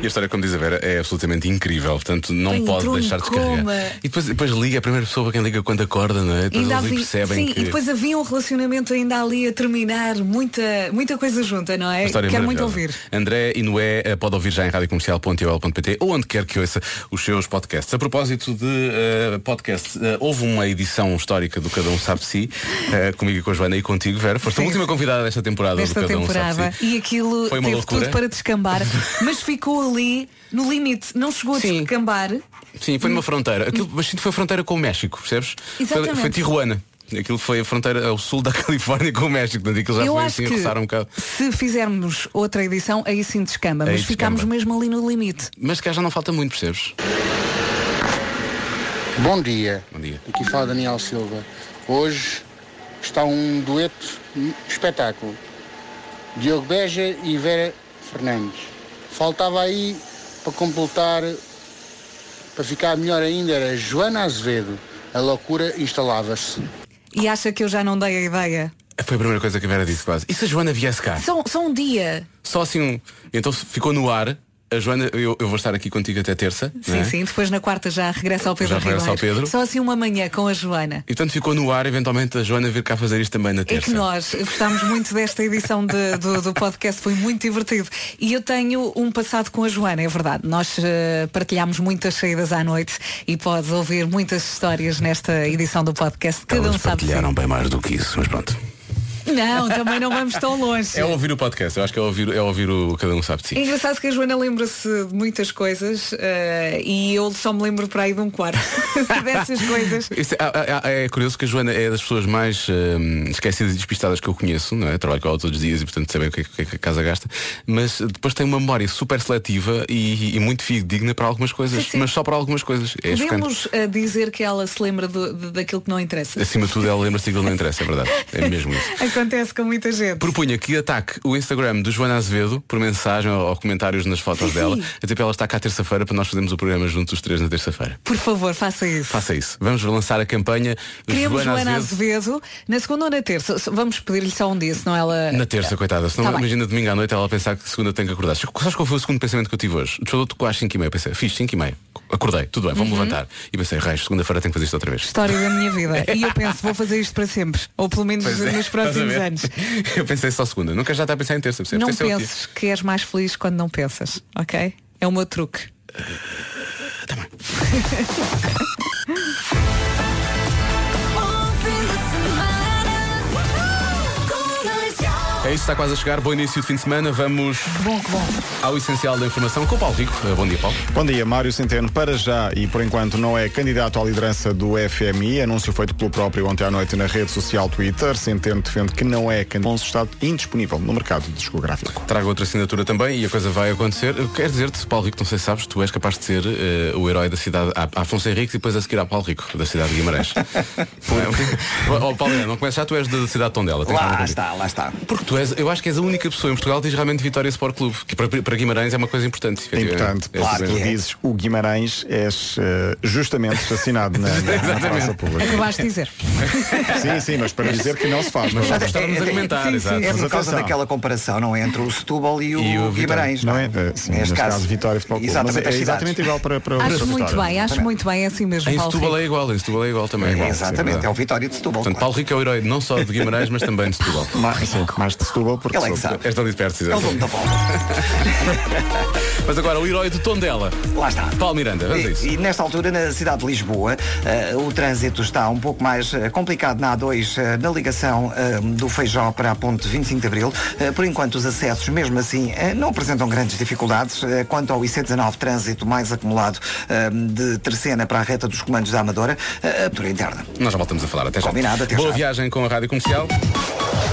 Speaker 1: E a história, como diz a Vera, é absolutamente incrível, portanto não
Speaker 2: Bem,
Speaker 1: pode
Speaker 2: entrou em
Speaker 1: deixar de
Speaker 2: coma.
Speaker 1: descarregar. E depois, depois liga, é a primeira pessoa quem liga quando acorda, não é? Depois
Speaker 2: Ainda
Speaker 1: eles
Speaker 2: havia-
Speaker 1: percebem
Speaker 2: sim,
Speaker 1: que.
Speaker 2: e depois havia um relacionamento ainda ali a terminar, muita, muita coisa junta, não
Speaker 1: A
Speaker 2: é?
Speaker 1: história é
Speaker 2: Quero muito ouvir.
Speaker 1: maravilhosa. André e Noé eh, pode ouvir já em radiocomercial.ol.pt ou onde quer que ouça os seus podcasts. A propósito de eh, podcast, eh, houve uma edição histórica do Cada Um Sabe de Si, eh, comigo e com a Joana e contigo, Vera. Foste a
Speaker 2: Sim.
Speaker 1: última convidada desta temporada
Speaker 2: Desta
Speaker 1: do Cada Um Sabe
Speaker 2: temporada
Speaker 1: de Si.
Speaker 2: e aquilo
Speaker 1: Foi uma
Speaker 2: teve
Speaker 1: loucura.
Speaker 2: tudo para descambar, mas ficou ali no limite, não chegou a
Speaker 1: Sim.
Speaker 2: descambar.
Speaker 1: Sim, foi
Speaker 2: Hum.
Speaker 1: numa fronteira. Aquilo, mas sinto que foi fronteira com o México, percebes? Foi-
Speaker 2: Exatamente.
Speaker 1: Foi Tijuana. Aquilo foi a fronteira ao sul da Califórnia com o México. Portanto, aquilo já
Speaker 2: Eu
Speaker 1: foi
Speaker 2: acho
Speaker 1: assim a
Speaker 2: que
Speaker 1: roçar um bocado.
Speaker 2: se fizermos outra edição, aí sim descamba,
Speaker 1: Aí
Speaker 2: mas ficámos
Speaker 1: descamba.
Speaker 2: mesmo ali no limite.
Speaker 1: Mas cá já não falta muito, percebes?
Speaker 11: Bom dia.
Speaker 1: Bom dia.
Speaker 11: Aqui fala Daniel Silva. Hoje está um dueto espetáculo. Diogo Beja e Vera Fernandes. Faltava aí para completar, para ficar melhor ainda, era Joana Azevedo. A loucura instalava-se.
Speaker 2: E acha que eu já não dei a ideia?
Speaker 1: Foi a primeira coisa que a Vera disse quase. E se a Joana viesse cá?
Speaker 2: Só, só um dia.
Speaker 1: Só assim um. Então ficou no ar. A Joana, eu, eu vou estar aqui contigo até terça.
Speaker 2: Sim,
Speaker 1: não é?
Speaker 2: sim. Depois na quarta já regressa ao Pedro
Speaker 1: Já regressa ao
Speaker 2: Ribeiro.
Speaker 1: Pedro.
Speaker 2: Só assim uma manhã com a Joana.
Speaker 1: E portanto ficou no ar, eventualmente a Joana vir cá fazer isto também na
Speaker 2: É
Speaker 1: terça.
Speaker 2: que nós gostámos muito desta edição de- do, do podcast, foi muito divertido. E eu tenho um passado com a Joana, é verdade. Nós eh, partilhámos muitas saídas à noite e podes ouvir muitas histórias nesta edição do podcast. Cada um sabe.
Speaker 1: Partilharam bem mais do que isso, mas pronto.
Speaker 2: Não, também não vamos tão longe.
Speaker 1: É ouvir o podcast, eu acho que é ouvir, é ouvir o Cada Um Sabe de Si.
Speaker 2: É engraçado que a Joana lembra-se de muitas coisas eh, e eu só me lembro para aí de um quarto dessas coisas.
Speaker 1: Isso é, é- é- é curioso que a Joana é das pessoas mais hum, esquecidas e despistadas que eu conheço, não é? Trabalho com ela todos os dias e portanto sabem o que, é que- o que é que a casa gasta, mas eh, depois tem uma memória super seletiva e, e muito digna para algumas coisas,
Speaker 2: Sim, sim.
Speaker 1: mas só para algumas coisas. É chocante.
Speaker 2: Podemos eh, dizer que ela se lembra do- de- daquilo que não interessa.
Speaker 1: Acima de tudo ela lembra-se daquilo que não interessa, é verdade. É mesmo isso.
Speaker 2: Acontece com muita gente.
Speaker 1: Propunha que ataque o Instagram do Joana Azevedo por mensagem ou, ou comentários nas fotos
Speaker 2: Sim,
Speaker 1: dela,
Speaker 2: sim.
Speaker 1: até para ela estar cá terça-feira para nós fazermos o programa juntos os três na terça-feira.
Speaker 2: Por favor, faça isso.
Speaker 1: Faça isso. Vamos lançar a campanha
Speaker 2: Queremos
Speaker 1: Joana,
Speaker 2: Joana
Speaker 1: Azevedo.
Speaker 2: Azevedo. na segunda ou na terça. S- Vamos pedir-lhe só um dia, senão ela.
Speaker 1: Na terça, coitada. Se
Speaker 2: Tá
Speaker 1: não
Speaker 2: bem.
Speaker 1: imagina domingo à noite ela pensar que segunda tem que acordar. Sabes qual foi o segundo pensamento que eu tive hoje? Desfalou-te quase 5 e meia. Pensei, fiz 5 e meia. Acordei, tudo bem, vou-me
Speaker 2: Uhum.
Speaker 1: levantar. E pensei, raios, segunda-feira tenho que fazer isto outra vez.
Speaker 2: História da minha vida. E eu penso, vou fazer isto para sempre. Ou pelo menos
Speaker 1: Pois é,
Speaker 2: nos próximos
Speaker 1: estás a ver?
Speaker 2: anos.
Speaker 1: Eu pensei só segunda. Nunca já está a pensar em terça, percebes?
Speaker 2: Não
Speaker 1: Terça é o dia.
Speaker 2: penses que és mais feliz quando não pensas, ok? É o meu truque.
Speaker 1: É isso, está quase a chegar. Bom início de fim de semana. Vamos
Speaker 2: bom, bom.
Speaker 1: ao essencial da informação com o Paulo Rico. Eh, Bom dia, Paulo.
Speaker 6: Bom dia, Mário Centeno. Para já e por enquanto não é candidato à liderança do FMI. Anúncio feito pelo próprio ontem à noite na rede social Twitter. Centeno defende que não é candidato. Alonso está indisponível no mercado discográfico.
Speaker 1: Trago outra assinatura também e a coisa vai acontecer. Eu Quero dizer-te, Paulo Rico, não sei se sabes, tu és capaz de ser eh, o herói da cidade a Afonso Henriques e depois a seguir a Paulo Rico, da cidade de Guimarães. Não é? Ó, Paulo, não começa já, tu és da cidade de Tondela. tens nada a
Speaker 4: Lá
Speaker 1: ver.
Speaker 4: está, lá está.
Speaker 1: Porque tu és, eu acho que és a única pessoa em Portugal que diz realmente Vitória Sport Clube, que para, para Guimarães é uma coisa importante.
Speaker 6: É importante,
Speaker 1: É,
Speaker 6: porque se tu
Speaker 1: é.
Speaker 6: dizes o Guimarães és eh, justamente assassinado na, na, na
Speaker 1: Exatamente.
Speaker 6: praça pública.
Speaker 2: Acabaste de dizer.
Speaker 6: Sim, sim, mas para dizer que não se faz.
Speaker 1: Mas
Speaker 6: não é?
Speaker 1: já estávamos a comentar,
Speaker 4: Sim, sim,
Speaker 1: exato.
Speaker 4: É
Speaker 1: Mas
Speaker 4: por causa
Speaker 1: atenção.
Speaker 4: daquela comparação, não é? Entre o Setúbal e o, Guimarães, não é?
Speaker 6: Eh, sim, neste caso, Vitória Futebol Clube.
Speaker 4: Exatamente,
Speaker 6: Mas é
Speaker 4: as cidades.
Speaker 6: exatamente igual para, para, para
Speaker 2: Acho
Speaker 6: Vitória.
Speaker 2: muito bem, acho muito bem, é assim mesmo.
Speaker 1: Em
Speaker 2: Paulo
Speaker 1: Setúbal
Speaker 2: Rico.
Speaker 1: é igual, em Setúbal é igual também.
Speaker 4: É, exatamente, é o Vitória de Setúbal.
Speaker 1: Portanto, Paulo Rico é o herói não só de Guimarães, mas também de Setúbal.
Speaker 6: Mais, sim, mais de Setúbal, porque
Speaker 1: Ele é que
Speaker 6: sou-
Speaker 1: sabe. És tão disperso,
Speaker 4: Então
Speaker 1: exato. Mas agora o herói do Tondela.
Speaker 4: Lá está.
Speaker 1: Paulo Miranda, vamos a isso.
Speaker 4: E, e nesta altura, na cidade de Lisboa, eh, o trânsito está um pouco mais eh, complicado na A2, eh, na ligação eh, do Feijó para a ponte 25 de Abril. Eh, por enquanto, os acessos, mesmo assim, eh, não apresentam grandes dificuldades. Eh, quanto ao IC19, trânsito mais acumulado eh, de Terceira para a reta dos comandos da Amadora, eh, abertura interna.
Speaker 1: Nós já voltamos a falar. Até já.
Speaker 4: Combinado, até
Speaker 1: Boa
Speaker 4: já.
Speaker 1: viagem com a Rádio Comercial.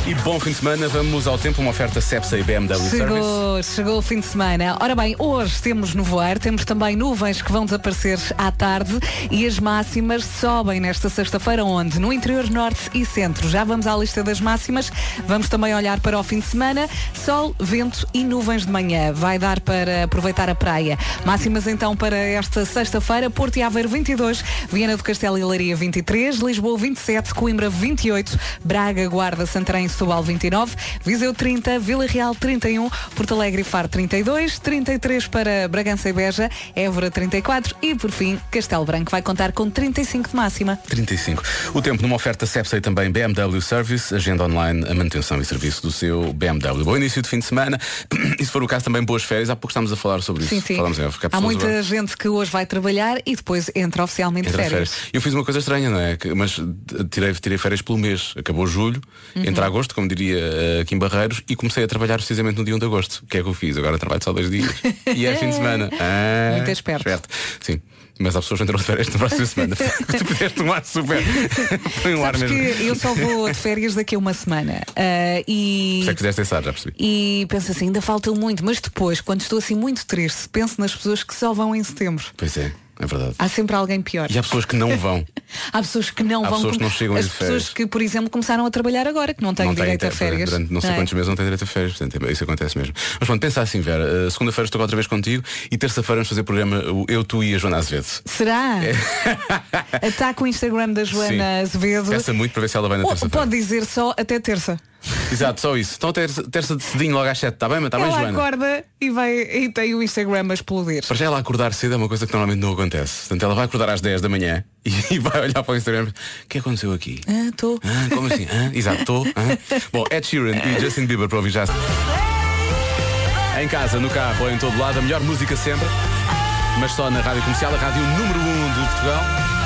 Speaker 1: E bom fim de semana. Vamos ao tempo. Uma oferta Cepsa e BMW Service.
Speaker 2: Chegou, chegou o fim de semana. Ora bem, hoje temos nevoeiro, temos também nuvens que vão desaparecer à tarde e as máximas sobem nesta sexta-feira, onde? No interior norte e centro. Já vamos à lista das máximas, vamos também olhar para o fim de semana. Sol, vento e nuvens de manhã. Vai dar para aproveitar a praia. Máximas então para esta sexta-feira, Porto e Aveiro 22, Viana do Castelo e Leiria 23, Lisboa 27, Coimbra 28, Braga, Guarda, Santarém e Setúbal 29, Viseu 30, Vila Real 31, Porto Alegre e Faro 32, 33 para Bragança e Beja, Évora 34 e por fim Castelo Branco vai contar com 35 de máxima.
Speaker 1: 35. O tempo numa oferta Cepsa e também BMW Service, agenda online, a manutenção e serviço do seu BMW. Bom início de fim de semana. E se for o caso, também boas férias. Há pouco estamos a falar sobre isso.
Speaker 2: Sim, sim.
Speaker 1: Falamos em off, que há
Speaker 2: Há
Speaker 1: pessoas
Speaker 2: muita
Speaker 1: agora-
Speaker 2: gente que hoje vai trabalhar e depois entra oficialmente
Speaker 1: Entre as
Speaker 2: férias.
Speaker 1: férias. Eu fiz uma coisa estranha, não é? Que- Mas t- tirei, tirei férias pelo mês. Acabou julho,
Speaker 2: Uhum.
Speaker 1: entra agosto, como diria eh, aqui em Barreiros, e comecei a trabalhar precisamente no dia 1 de agosto. O que é que eu fiz? Agora trabalho só dois dias. e é fim de semana. Ah,
Speaker 2: Muito esperto.
Speaker 1: Sim. Mas há pessoas que entram de férias na próxima semana. tu pudeste um ar super. Põe um ar
Speaker 2: Sabes
Speaker 1: mesmo.
Speaker 2: que eu só vou de férias daqui a uma semana. Ah, e...
Speaker 1: Já quiseste pensar, já percebi.
Speaker 2: E penso assim, ainda falta muito, mas depois, quando estou assim muito triste, penso nas pessoas que só vão em setembro.
Speaker 1: Pois é, é verdade.
Speaker 2: Ah. Há sempre alguém pior.
Speaker 1: E há pessoas que não vão.
Speaker 2: Há pessoas que não
Speaker 1: Há
Speaker 2: vão
Speaker 1: pessoas que não
Speaker 2: com-
Speaker 1: chegam a ir
Speaker 2: As
Speaker 1: de
Speaker 2: pessoas
Speaker 1: férias.
Speaker 2: que, por exemplo, começaram a trabalhar agora, que não têm
Speaker 1: não tem
Speaker 2: direito a
Speaker 1: tempo,
Speaker 2: férias.
Speaker 1: Durante não sei
Speaker 2: é?
Speaker 1: quantos meses não tem direito a férias, portanto, é, isso acontece mesmo. Mas pronto, pensa assim, Vera. eh, Segunda-feira estou outra vez contigo e terça-feira vamos fazer o programa o Eu, Tu e a Joana Azevedo.
Speaker 2: Será? Ataca o Instagram da Joana Azevedo.
Speaker 1: É. Peça muito para ver se ela vai na
Speaker 2: Ou
Speaker 1: terça-feira.
Speaker 2: pode dizer só até terça.
Speaker 1: Exato, só isso. Então terça, terça de cedinho logo às 7, está bem, mas está Tá bem,
Speaker 2: Ela
Speaker 1: Joana?
Speaker 2: acorda e, vai, e tem o Instagram a explodir.
Speaker 1: Para já ela acordar cedo é uma coisa que normalmente não acontece. Portanto, ela vai acordar às 10 da manhã e, vai olhar para o Instagram. O que aconteceu aqui?
Speaker 2: Ah, tô.
Speaker 1: Ah, como assim? Ah, exato, estou. Ah. Bom, Ed Sheeran e Justin Bieber para ouvir já. Em casa, no carro ou em todo lado, a melhor música sempre, mas só na rádio comercial, a rádio número 1 um de Portugal.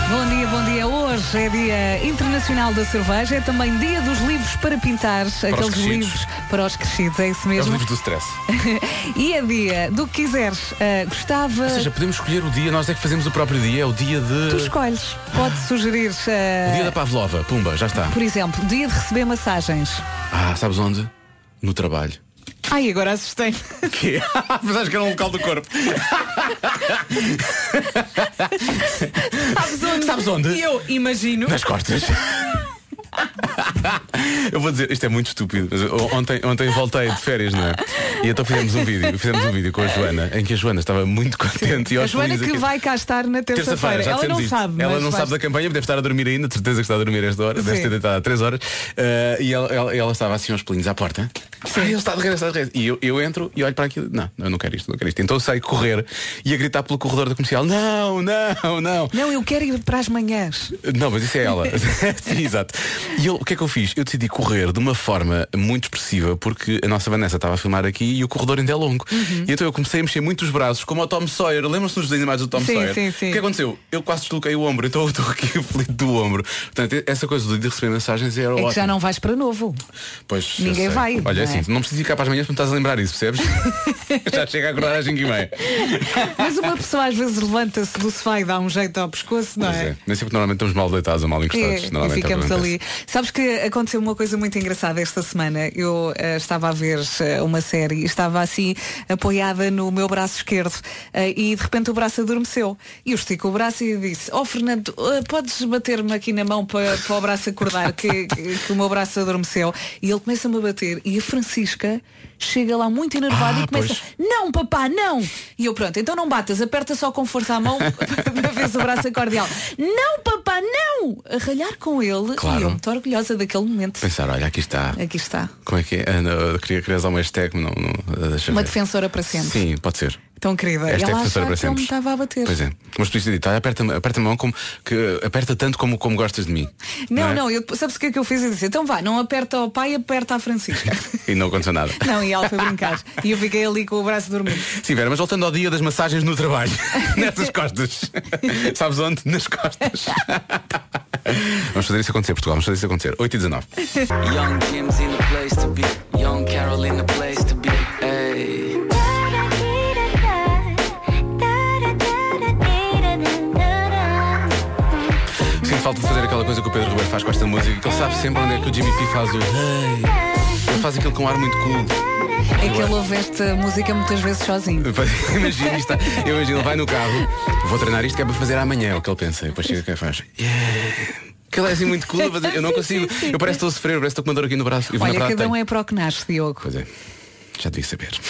Speaker 2: Bom dia, bom dia. Hoje é Dia Internacional da Cerveja, é também Dia dos Livros para Pintar, aqueles
Speaker 1: crescidos.
Speaker 2: livros para os crescidos, é isso
Speaker 1: É os
Speaker 2: mesmo.
Speaker 1: livros do stress.
Speaker 2: e é dia do que quiseres. Ah, gostava.
Speaker 1: Ou seja, podemos escolher o dia, nós é que fazemos o próprio dia, é o dia de.
Speaker 2: Tu escolhes. Pode sugerir. ah,
Speaker 1: O dia da Pavlova, pumba, já está.
Speaker 2: Por exemplo, dia de receber massagens.
Speaker 1: Ah, sabes onde? No trabalho.
Speaker 2: Ai, agora assustei.
Speaker 1: Quê? Mas acho que era um local do corpo.
Speaker 2: Sabes onde?
Speaker 1: Sabes onde?
Speaker 2: Eu imagino.
Speaker 1: Nas costas. Eu vou dizer, isto é muito estúpido. mas eu- ontem, ontem voltei de férias, não é? E então fizemos um vídeo, fizemos um vídeo com a Joana, em que a Joana estava muito contente e
Speaker 2: A
Speaker 1: aos
Speaker 2: Joana
Speaker 1: felizes
Speaker 2: que
Speaker 1: aqui.
Speaker 2: vai cá estar na
Speaker 1: Terça-feira,
Speaker 2: terça-feira.
Speaker 1: já
Speaker 2: Ela
Speaker 1: dissemos
Speaker 2: não
Speaker 1: isto.
Speaker 2: sabe.
Speaker 1: Ela
Speaker 2: mas
Speaker 1: não
Speaker 2: vai
Speaker 1: sabe da campanha, deve estar a dormir ainda, de certeza que está a dormir a esta hora, deve
Speaker 2: Sim.
Speaker 1: ter deitado há três horas. Ah, e ela, ela- ela estava assim aos pelinhos à porta. Ah, ele está de regresso, está de regresso. E eu, eu entro e olho para aquilo. Não, eu não quero isto, não quero isto. Então eu saio correr e a gritar pelo corredor da comercial. Não, não, não.
Speaker 2: Não, eu quero ir para as manhãs.
Speaker 1: Não, mas isso é ela. Sim, exato. E eu, o que é que eu fiz? Eu decidi correr de uma forma muito expressiva, porque a nossa Vanessa estava a filmar aqui e o corredor ainda é longo.
Speaker 2: Uhum.
Speaker 1: E então eu comecei a mexer muito os braços, como o Tom Sawyer. Lembram-se dos animais do Tom
Speaker 2: Sim,
Speaker 1: Sawyer?
Speaker 2: sim, sim.
Speaker 1: O que aconteceu? Eu quase desloquei o ombro, então eu estou aqui aflito do ombro. Portanto, essa coisa de receber mensagens era
Speaker 2: É que
Speaker 1: ótimo.
Speaker 2: já não vais para novo.
Speaker 1: Pois, eu
Speaker 2: ninguém
Speaker 1: sei.
Speaker 2: vai,
Speaker 1: Olha,
Speaker 2: não
Speaker 1: assim,
Speaker 2: é?
Speaker 1: não preciso ficar para as manhãs, porque me estás a lembrar isso, percebes? já chega a acordar às 5 e meia.
Speaker 2: Mas uma pessoa às vezes levanta-se do sofá e dá um jeito ao pescoço, não
Speaker 1: Pois
Speaker 2: é?
Speaker 1: é. Nem sempre normalmente estamos mal deitados ou mal
Speaker 2: É,
Speaker 1: encostados.
Speaker 2: e
Speaker 1: normalmente é o que
Speaker 2: ficamos
Speaker 1: acontece.
Speaker 2: ali. Sabes que aconteceu uma coisa muito engraçada esta semana. Eu eh, estava a ver eh, uma série e estava assim apoiada no meu braço esquerdo eh, e de repente o braço adormeceu. E eu estico o braço e disse, ó Fernando, eh, podes bater-me aqui na mão para, para o braço acordar que, que- que o meu braço adormeceu. E ele começa-me a bater e a Francisca chega lá muito enervada
Speaker 12: Ah,
Speaker 2: e começa, não papá, não! E eu pronto, então não batas, aperta só com força a mão para ver se o braço acorda e ela, Não papá, não! A ralhar com ele
Speaker 1: Claro.
Speaker 2: e eu muito orgulhosa daquele momento.
Speaker 1: Pensar, olha, aqui está.
Speaker 2: Aqui está.
Speaker 1: Como é que é? Ah, não, eu queria, queria usar uma hashtag, mas não. não ah, deixa
Speaker 2: Uma
Speaker 1: ver.
Speaker 2: defensora para sempre.
Speaker 1: Sim, pode ser.
Speaker 2: Tão querida.
Speaker 1: Hashtag
Speaker 2: ela
Speaker 1: defensora é
Speaker 2: achava
Speaker 1: para
Speaker 2: que ele me
Speaker 1: sempre.
Speaker 2: estava a bater.
Speaker 1: Pois é. Mas tu dizes, olha, aperta-me aperta a mão como, que, aperta tanto como, como gostas de mim.
Speaker 2: Não,
Speaker 1: é?
Speaker 2: não, eu, sabes o que é que eu fiz? Eu disse, então vá, não aperta ao pai, aperta à Francisca.
Speaker 1: E não aconteceu nada.
Speaker 2: não, e ela foi brincar. E eu fiquei ali com o braço dormindo.
Speaker 1: Sim, Vera, mas voltando ao dia das massagens no trabalho. Nessas costas. Sabes onde? Nas costas. Vamos fazer isso acontecer, Portugal. Vamos fazer isso acontecer. 8 e 19.
Speaker 13: Young Kim's in the place to be. Young Carol in the place to be. Hey.
Speaker 1: Sinto falta de fazer aquela coisa que o Pedro Ribeiro faz com esta música, que ele sabe sempre onde é que o Jimmy P faz o. Hey. Ele faz aquilo com um ar muito cool.
Speaker 2: É que ele ouve esta música muitas vezes sozinho.
Speaker 1: Imagina isto, tá- eu imagino, ele vai no carro, vou treinar isto que é para fazer amanhã, é o que ele pensa, e depois chega cá e faz. Yeah. Que ele é assim muito cool, mas eu não consigo. Eu parece que estou a sofrer, parece que estou com uma dor aqui no braço. E na
Speaker 2: Olha,
Speaker 1: verdade
Speaker 2: cada um
Speaker 1: tenho.
Speaker 2: é para o que nasce, Diogo.
Speaker 1: Pois é, já devia saber.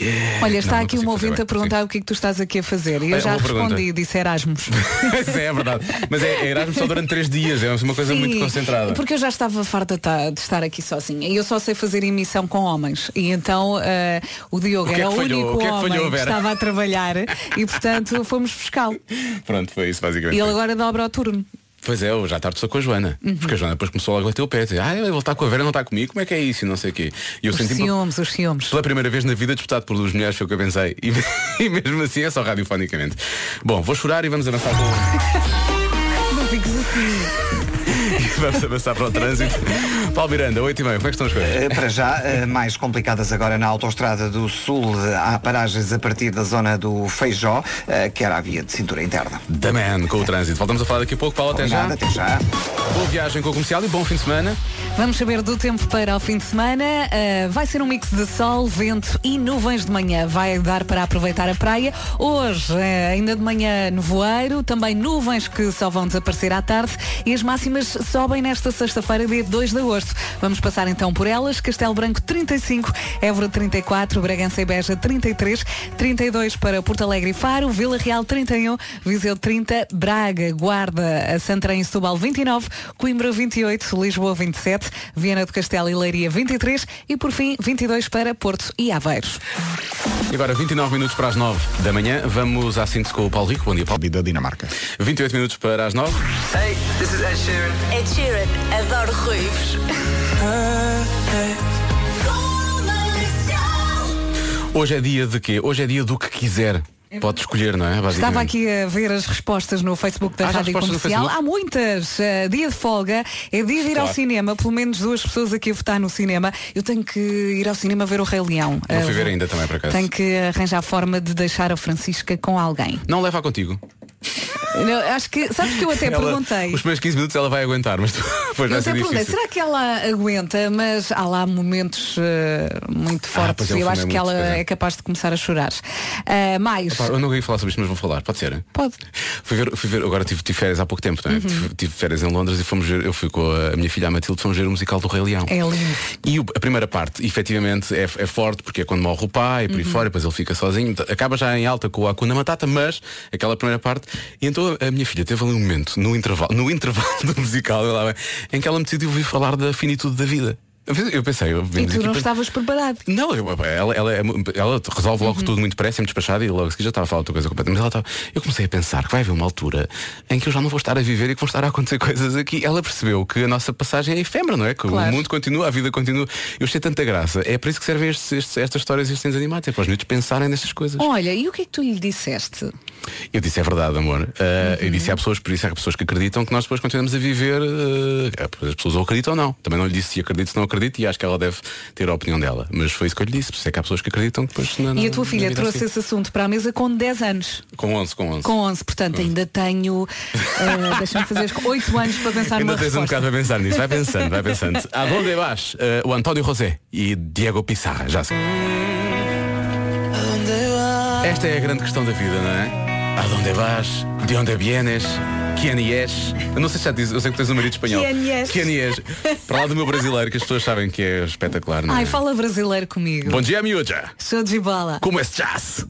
Speaker 1: Yeah.
Speaker 2: Olha,
Speaker 1: É,
Speaker 2: está
Speaker 1: Não, não
Speaker 2: aqui
Speaker 1: consigo fazer
Speaker 2: um ouvinte
Speaker 1: bem.
Speaker 2: a perguntar o que é que tu estás aqui a fazer. E eu
Speaker 1: Olha,
Speaker 2: já
Speaker 1: uma pergunta.
Speaker 2: respondi, disse Erasmus.
Speaker 1: Sim, é verdade. Mas é, é Erasmus só durante três dias, é uma coisa
Speaker 2: Sim,
Speaker 1: muito concentrada.
Speaker 2: Porque eu já estava farta ta- de estar aqui sozinha. E eu só sei fazer emissão com homens. E então eh, o Diogo
Speaker 1: O que é
Speaker 2: era
Speaker 1: que
Speaker 2: o
Speaker 1: falhou?
Speaker 2: único
Speaker 1: O que é que
Speaker 2: homem
Speaker 1: falhou,
Speaker 2: que
Speaker 1: Vera?
Speaker 2: estava a trabalhar e portanto fomos buscá-lo.
Speaker 1: Pronto, foi isso
Speaker 2: E
Speaker 1: basicamente.
Speaker 2: ele agora dobra o turno.
Speaker 1: Pois é, eu já tarde sou com a Joana.
Speaker 2: Uhum.
Speaker 1: Porque a Joana depois começou logo a bater o pé. dizer, Ah, ele está com a Vera, não está comigo, como é que é isso? E não sei o quê. E eu um
Speaker 2: os
Speaker 1: senti-me
Speaker 2: ciúmes, os ciúmes.
Speaker 1: Pela primeira vez na vida disputado por duas mulheres foi o que eu pensei. E, e mesmo assim é só radiofonicamente. Bom, vou chorar e vamos avançar com.
Speaker 2: Não fiques assim.
Speaker 1: Vamos avançar para o trânsito. Paulo Miranda, 8h30, como é que estão as coisas?
Speaker 4: Eh, Para já, eh, mais complicadas agora na autoestrada do Sul, eh, há paragens a partir da zona do Feijó, eh, que era a via de cintura interna.
Speaker 1: The Man com o trânsito. Voltamos a falar daqui a pouco. Paulo, até já.
Speaker 4: Obrigado, até já.
Speaker 1: Boa viagem com o comercial e bom fim de semana.
Speaker 2: Vamos saber do tempo para o fim de semana. Ah, vai ser um mix de sol, vento e nuvens de manhã. Vai dar para aproveitar a praia. Hoje, eh, ainda de manhã, nevoeiro. Também nuvens que só vão desaparecer à tarde. E as máximas sobem nesta sexta-feira, dia 2 de agosto. Vamos passar então por elas. Castelo Branco 35, Évora 34, Bragança e Beja 33, 32 para Porto Alegre e Faro, Vila Real 31, Viseu 30, Braga, Guarda, Santarém e Setúbal 29, Coimbra 28, Lisboa 27, Viana do Castelo e Leiria 23 e por fim 22 para Porto e Aveiros.
Speaker 1: E agora 29 minutos para as 9 da manhã. Vamos à síntese com o Paulo Rico. Bom dia, Paulo.
Speaker 6: Da Dinamarca.
Speaker 1: 28 minutos para as 9.
Speaker 7: Hey, this is Ed Sheeran.
Speaker 5: É
Speaker 12: Ed Sheeran, adoro ruivos.
Speaker 1: Hoje é dia de quê? Hoje é dia do que quiser. Pode escolher, não é?
Speaker 2: Estava aqui a ver as respostas no Facebook da
Speaker 1: Ah, já
Speaker 2: Rádio
Speaker 1: respostas no
Speaker 2: Comercial.
Speaker 1: Facebook?
Speaker 2: Há muitas. Eh, dia de folga, é dia de ir ao
Speaker 1: Claro.
Speaker 2: cinema, pelo menos duas pessoas aqui a votar no cinema. Eu tenho que ir ao cinema ver o Rei Leão.
Speaker 1: Não
Speaker 2: Eh,
Speaker 1: fui ver
Speaker 2: vou-
Speaker 1: ainda também, por acaso.
Speaker 2: Tenho que arranjar forma de deixar a Francisca com alguém.
Speaker 1: Não leva contigo.
Speaker 2: Eu acho que, sabes que eu até
Speaker 1: Ela-
Speaker 2: perguntei.
Speaker 1: Os primeiros 15 minutos ela vai aguentar, mas depois
Speaker 2: Eu
Speaker 1: vai
Speaker 2: até
Speaker 1: ser
Speaker 2: perguntei,
Speaker 1: difícil.
Speaker 2: será que ela aguenta? Mas há lá momentos eh, muito fortes
Speaker 1: pois é, o
Speaker 2: e eu
Speaker 1: filme
Speaker 2: acho
Speaker 1: é
Speaker 2: que
Speaker 1: muito,
Speaker 2: ela
Speaker 1: pois é.
Speaker 2: é capaz de começar a chorar. Eh, mais,
Speaker 1: Pá, eu não ia falar sobre isto, mas vou falar. Pode ser? hein?
Speaker 2: pode.
Speaker 1: Fui ver, fui ver- agora tive, tive férias há pouco tempo, não é?
Speaker 2: Uhum.
Speaker 1: tive, tive férias em Londres e fomos ver, eu fui com a, a minha filha a Matilde, fomos ver o musical do Rei Leão.
Speaker 2: É lindo.
Speaker 1: E o- a primeira parte, efetivamente, é, é forte, porque é quando morre o pai,
Speaker 2: Uhum.
Speaker 1: por aí fora, depois ele fica sozinho, t- acaba já em alta com a Akuna Matata, mas aquela primeira parte. E então a minha filha teve ali um momento, no intervalo, no intervalo do musical, ela vai- em que ela me decidiu vir falar da finitude da vida. Eu pensei- Eu pensei, eu
Speaker 2: E
Speaker 1: vimos
Speaker 2: tu
Speaker 1: aqui
Speaker 2: não
Speaker 1: para-
Speaker 2: estavas preparado.
Speaker 1: não, eu- ela, ela, é mu- ela resolve logo tudo muito depressa, muito despachada e logo assim já estava a falar outra coisa completamente. Mas ela estava. Eu comecei a pensar que vai haver uma altura em que eu já não vou estar a viver e que vão estar a acontecer coisas aqui. Ela percebeu que a nossa passagem é efêmera, não é? Que
Speaker 2: Claro.
Speaker 1: o mundo continua, a vida continua. Eu achei tanta graça. É para isso que servem estes- estes- estas histórias e estes desenhos animados, é para os miúdos pensarem nestas coisas.
Speaker 2: Olha, e o que é que tu lhe disseste?
Speaker 1: Eu disse, é verdade, amor. Ah,
Speaker 2: Uhum.
Speaker 1: Eu disse, há pessoas, por isso há pessoas que acreditam que nós depois continuamos a viver. ah, as pessoas ou acreditam ou não. Também não lhe disse se acredito, se não acredito, e acho que ela deve ter a opinião dela. Mas foi isso que eu lhe disse, por isso é que há pessoas que acreditam que depois. na- na-
Speaker 2: E a tua
Speaker 1: na
Speaker 2: filha
Speaker 1: vida a
Speaker 2: trouxe
Speaker 1: seguir.
Speaker 2: esse assunto para a mesa com 10 anos.
Speaker 1: Com 11, com 11.
Speaker 2: Com 11, portanto
Speaker 1: Hum.
Speaker 2: ainda tenho, eh, deixa-me fazer 8 anos para pensar
Speaker 1: Ainda
Speaker 2: Tá numa
Speaker 1: tens
Speaker 2: resposta.
Speaker 1: um bocado a pensar nisso. Vai pensando, vai pensando. Aonde vas? Eh, o António José e Diego Pissarra, já sei. Esta é a grande questão da vida, não é? Aonde vas? De onde vienes? Quem és? Eu não sei se já te diz, eu sei que tens um marido espanhol.
Speaker 2: Quem és?
Speaker 1: Quem és? Para lá do meu brasileiro, que as pessoas sabem que é espetacular, não é?
Speaker 2: Ai, fala brasileiro comigo.
Speaker 1: Bom dia, miúda!
Speaker 2: Show de bola.
Speaker 1: Como é jazz?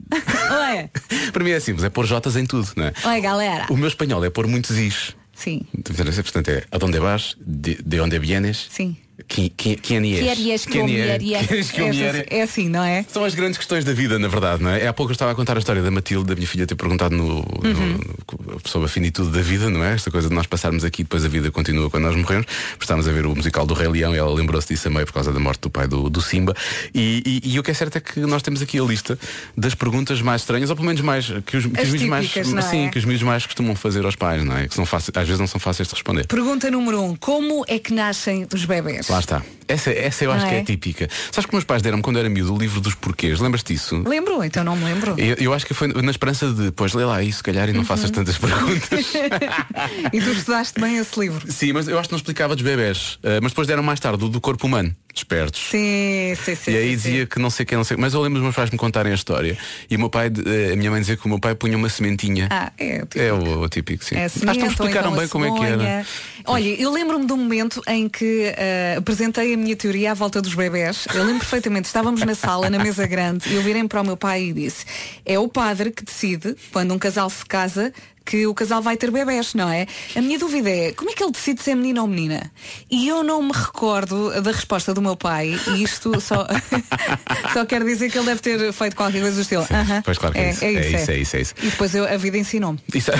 Speaker 2: Ué,
Speaker 1: Para mim é simples, é pôr Jotas em tudo, não é?
Speaker 2: ué galera.
Speaker 1: O meu espanhol é pôr muitos is.
Speaker 2: Sim.
Speaker 1: Portanto, é aonde vas? De, de onde vienes?
Speaker 2: Sim.
Speaker 1: Qui- qui- Quem és?
Speaker 2: Querias
Speaker 1: Quem é? Querias que eu me era?
Speaker 2: É assim, não é?
Speaker 1: São as grandes questões da vida, na verdade, não é? Há pouco eu estava a contar a história da Matilde, da minha filha ter perguntado no,
Speaker 2: Uhum.
Speaker 1: no- sobre a finitude da vida, não é? Esta coisa de nós passarmos aqui e depois a vida continua quando nós morremos. Estávamos a ver o musical do Rei Leão e ela lembrou-se disso a meio por causa da morte do pai do, do Simba. E, e- e o que é certo é que nós temos aqui a lista das perguntas mais estranhas, ou pelo menos mais que os, que
Speaker 2: As
Speaker 1: os miúdos mais,
Speaker 2: típicas, não
Speaker 1: sim,
Speaker 2: é?
Speaker 1: que os miúdos mais costumam fazer aos pais, não é? Que são fáceis, às vezes não são fáceis de responder.
Speaker 2: Pergunta número 1. Um, como é que nascem os bebés?
Speaker 1: Lá está. Essa, essa eu
Speaker 2: Não
Speaker 1: acho que é
Speaker 2: é?
Speaker 1: típica. Sabes que meus pais deram-me quando eu era miúdo o livro dos porquês? Lembras-te disso?
Speaker 2: Lembro? Então não me lembro.
Speaker 1: Eu, eu acho que foi na esperança de, pois lê lá isso, se calhar, e não faças
Speaker 2: Uhum.
Speaker 1: tantas perguntas.
Speaker 2: e tu estudaste bem esse livro?
Speaker 1: Sim, mas eu acho que não explicava dos bebés. Ah, mas depois deram mais tarde o do corpo humano. Espertos.
Speaker 2: Sim, sim, sim.
Speaker 1: e aí
Speaker 2: sim, sim.
Speaker 1: dizia que não sei quem, não sei. Mas eu lembro dos meus pais me contarem a história. E o meu pai, eh, a minha mãe dizia que o meu pai punha uma sementinha.
Speaker 2: Ah, é,
Speaker 1: É o, o típico, sim.
Speaker 2: É,
Speaker 1: acho que
Speaker 2: semente,
Speaker 1: não
Speaker 2: ou
Speaker 1: explicaram
Speaker 2: então a
Speaker 1: bem como é que era.
Speaker 2: cegonha. Olha, eu lembro-me de um momento em que eh, apresentei a minha teoria à volta dos bebés. Eu lembro perfeitamente, estávamos na sala, na mesa grande, e eu virei para o meu pai e disse, é o padre que decide, quando um casal se casa, que o casal vai ter bebés, não é? A minha dúvida é, como é que ele decide se é menino ou menina? E eu não me recordo da resposta do meu pai, e isto só, só quer dizer que ele deve ter feito qualquer coisa do estilo. "Aham,
Speaker 1: Pois claro que é, isso. É isso, é isso, é isso.
Speaker 2: E depois eu- a vida ensinou-me.
Speaker 1: Isso-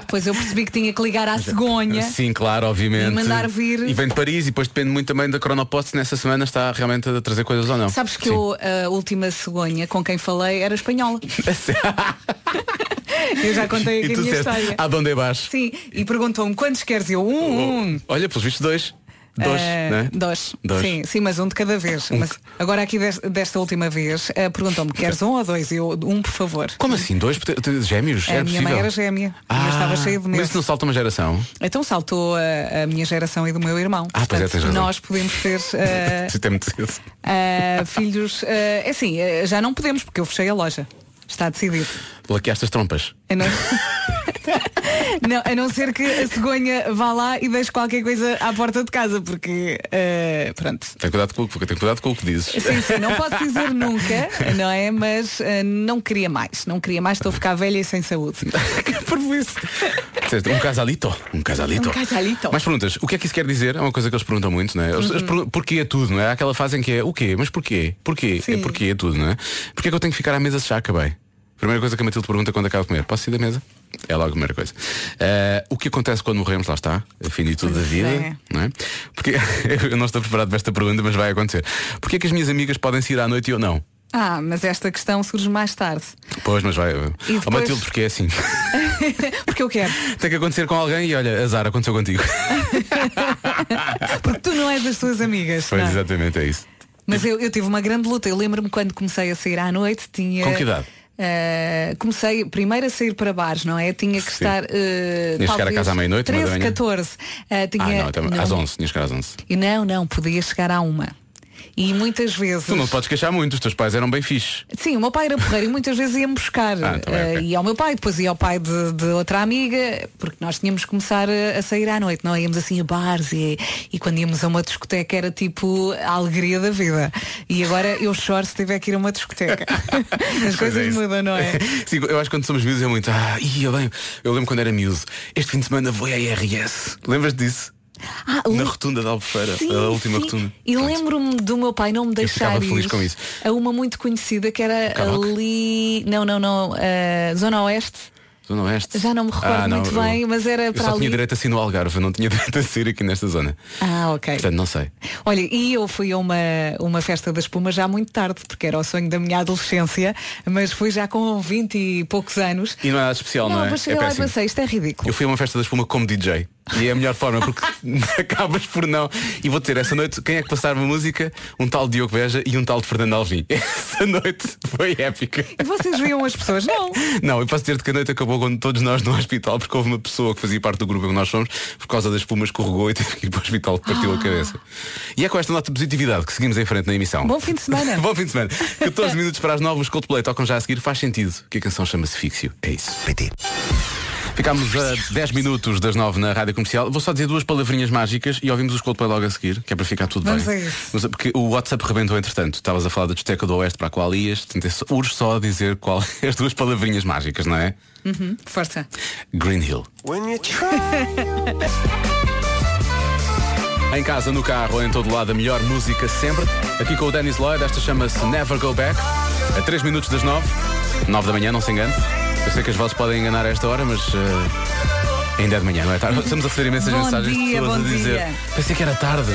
Speaker 2: Depois eu percebi que tinha que ligar à cegonha.
Speaker 1: Sim, claro, obviamente.
Speaker 2: E mandar vir.
Speaker 1: E vem de Paris e depois depende muito também da Cronopost se nessa semana está realmente a trazer coisas ou não.
Speaker 2: Sabes que
Speaker 1: Sim.
Speaker 2: eu, a última cegonha com quem falei era espanhola. Eu já contei aqui
Speaker 1: E
Speaker 2: a
Speaker 1: tu
Speaker 2: minha
Speaker 1: disseste,
Speaker 2: história.
Speaker 1: "Há de onde é baixo?"
Speaker 2: Sim, e perguntou-me quantos queres? E Eu, um, um.
Speaker 1: Olha, pelos vistos, dois. Oh, Dois,
Speaker 2: Ah,
Speaker 1: não é?
Speaker 2: dois.
Speaker 1: Dois.
Speaker 2: Sim, sim, mas um de cada vez. Mas agora aqui des- desta última vez ah, perguntou-me, queres um ou dois? E Eu, um, por favor.
Speaker 1: Como assim? Dois pote- t- gêmeos?
Speaker 2: É, A
Speaker 1: era
Speaker 2: minha
Speaker 1: É possível?
Speaker 2: mãe era gêmea. E eu
Speaker 1: Ah,
Speaker 2: estava cheia de medo.
Speaker 1: Mas isso não salta uma geração?
Speaker 2: Então saltou a, a minha geração e do meu irmão.
Speaker 1: Ah, pois é,
Speaker 2: Portanto,
Speaker 1: tens razão.
Speaker 2: nós podemos ter ah,
Speaker 1: Isso é muito cedo.
Speaker 2: ah, filhos. ah, É assim, ah, já não podemos, porque eu fechei a loja. Está decidido.
Speaker 1: Laqueaste as trompas.
Speaker 2: A não... Não, a não ser que a cegonha vá lá e deixe qualquer coisa à porta de casa, porque ah, pronto.
Speaker 1: Tem cuidado com o que, tem cuidado com o que dizes.
Speaker 2: Sim, sim, não posso dizer nunca, não é? Mas ah, não queria mais, não queria mais, estou a ficar velha e sem saúde. Por isso.
Speaker 1: Certo, Um casalito. Um casalito.
Speaker 2: Um casalito. Uhum.
Speaker 1: Mas perguntas, o que é que isso quer dizer? É uma coisa que eles perguntam muito, não é? Eles, eles perguntam porquê é tudo, não é? Há aquela fase em que é o quê? Mas porquê? Porquê? É porquê é tudo, não é? Porquê é que eu tenho que ficar à mesa se já acabei? Primeira coisa que a Matilde pergunta quando acaba de comer, posso ir da mesa? É logo a primeira coisa. Ah, o que acontece quando morremos, lá está, a finitude da vida,
Speaker 2: é.
Speaker 1: não é? Porque eu não estou preparado para esta pergunta, mas vai acontecer. Porquê é que as minhas amigas podem sair à noite e eu não?
Speaker 2: Ah, mas esta questão surge mais tarde.
Speaker 1: Pois, mas vai.
Speaker 2: depois-
Speaker 1: Oh, Matilde, porque é assim.
Speaker 2: Porque eu quero.
Speaker 1: Tem que acontecer com alguém e olha, azar, aconteceu contigo.
Speaker 2: Ah. Porque tu não és das tuas amigas.
Speaker 1: Pois,
Speaker 2: não é?
Speaker 1: exatamente, é isso.
Speaker 2: Mas eu, eu tive uma grande luta. Eu lembro-me quando comecei a sair à noite, tinha.
Speaker 1: Com que idade?
Speaker 2: eh, comecei primeiro a sair para bares, não é? Tinha que
Speaker 1: Sim.
Speaker 2: estar. eh,
Speaker 1: Tinhas de chegar a
Speaker 2: talvez
Speaker 1: casa à meia-noite, uma da
Speaker 2: 13,
Speaker 1: manhã?
Speaker 2: 14. Eh, tinha,
Speaker 1: ah, não, então, às 11, tinhas que ir às 11.
Speaker 2: E não, não, podia chegar à uma. E muitas vezes.
Speaker 1: Tu não te podes queixar muito, os teus pais eram bem fixes.
Speaker 2: Sim, o meu pai era porreiro e muitas vezes ia-me buscar.
Speaker 1: Ah, tá bem,
Speaker 2: Eh, Ia ao meu pai, depois ia ao pai de, de outra amiga, porque nós tínhamos que começar a, a sair à noite, não é? Íamos assim a bares e, e quando íamos a uma discoteca era tipo a alegria da vida. E agora eu choro se tiver que ir a uma discoteca. As coisas
Speaker 1: é isso.
Speaker 2: mudam, não é?
Speaker 1: Sim, eu acho que quando somos miúdos é muito. Ah, ih, eu lembro, eu lembro quando era miúdo. Este fim de semana vou à IRS. Lembras disso?
Speaker 2: Ah,
Speaker 1: Na
Speaker 2: li-
Speaker 1: rotunda da Albufeira,
Speaker 2: Sim,
Speaker 1: a última
Speaker 2: sim.
Speaker 1: rotunda.
Speaker 2: E lembro-me do meu pai não me deixar
Speaker 1: ficava
Speaker 2: ir
Speaker 1: feliz com isso.
Speaker 2: a uma muito conhecida que era
Speaker 1: Cavaco?
Speaker 2: ali. Não, não, não. eh, Zona Oeste.
Speaker 1: Zona Oeste.
Speaker 2: Já não me recordo
Speaker 1: Ah, não,
Speaker 2: muito
Speaker 1: eu-
Speaker 2: bem, mas era
Speaker 1: Eu
Speaker 2: para
Speaker 1: só
Speaker 2: ali.
Speaker 1: tinha direito a sair no Algarve, eu não tinha direito a sair aqui nesta zona.
Speaker 2: Ah, ok.
Speaker 1: Portanto, não sei.
Speaker 2: Olha, e eu fui a uma, uma festa da espuma já muito tarde, porque era o sonho da minha adolescência, mas fui já com 20 e poucos anos.
Speaker 1: E não é nada especial, não,
Speaker 2: não,
Speaker 1: é?
Speaker 2: mas
Speaker 1: é
Speaker 2: cheguei lá e
Speaker 1: péssimo.
Speaker 2: pensei, isto é ridículo.
Speaker 1: Eu fui a uma festa da espuma como DJ. E é a melhor forma, porque acabas por não. E vou ter essa noite, quem é que passar uma música? Um tal Diogo Veja e um tal de Fernando Alvim. Essa noite foi épica.
Speaker 2: E vocês viam as pessoas? Não.
Speaker 1: Não, eu posso dizer-te que a noite acabou quando todos nós no hospital, porque houve uma pessoa que fazia parte do grupo em que nós somos, por causa das espumas, escorregou e teve que ir para o hospital, partiu
Speaker 2: Ah.
Speaker 1: a cabeça. E é com esta nota de positividade que seguimos em frente na emissão.
Speaker 2: Bom fim de semana.
Speaker 1: Bom fim de semana. 14 minutos para as novas os Coldplay tocam já a seguir. Faz sentido que a canção chama-se Fixio. É isso. PT. Ficámos a 10 minutos das 9 na Rádio Comercial. Vou só dizer duas palavrinhas mágicas e ouvimos os Coldplay logo a seguir, que é para ficar tudo
Speaker 2: Vamos
Speaker 1: bem.
Speaker 2: a isso.
Speaker 1: Mas é Porque o WhatsApp rebentou entretanto. Estavas a falar da discoteca do Oeste para a qual ias. Portanto, é só- Urge só a dizer qual é as duas palavrinhas mágicas, não é?
Speaker 2: Uhum, força.
Speaker 1: Green Hill. Em casa, no carro ou em todo lado, a melhor música sempre. Aqui com o Dennis Lloyd, esta chama-se Never Go Back. A 3 minutos das 9. 9 da manhã, não se engane. Eu sei que as vozes podem enganar a esta hora, mas. eh, Ainda é de manhã, não é tarde? Estamos a receber imensas
Speaker 2: Bom
Speaker 1: mensagens de
Speaker 2: dia,
Speaker 1: pessoas
Speaker 2: bom
Speaker 1: a dizer.
Speaker 2: dia.
Speaker 1: Pensei que era tarde.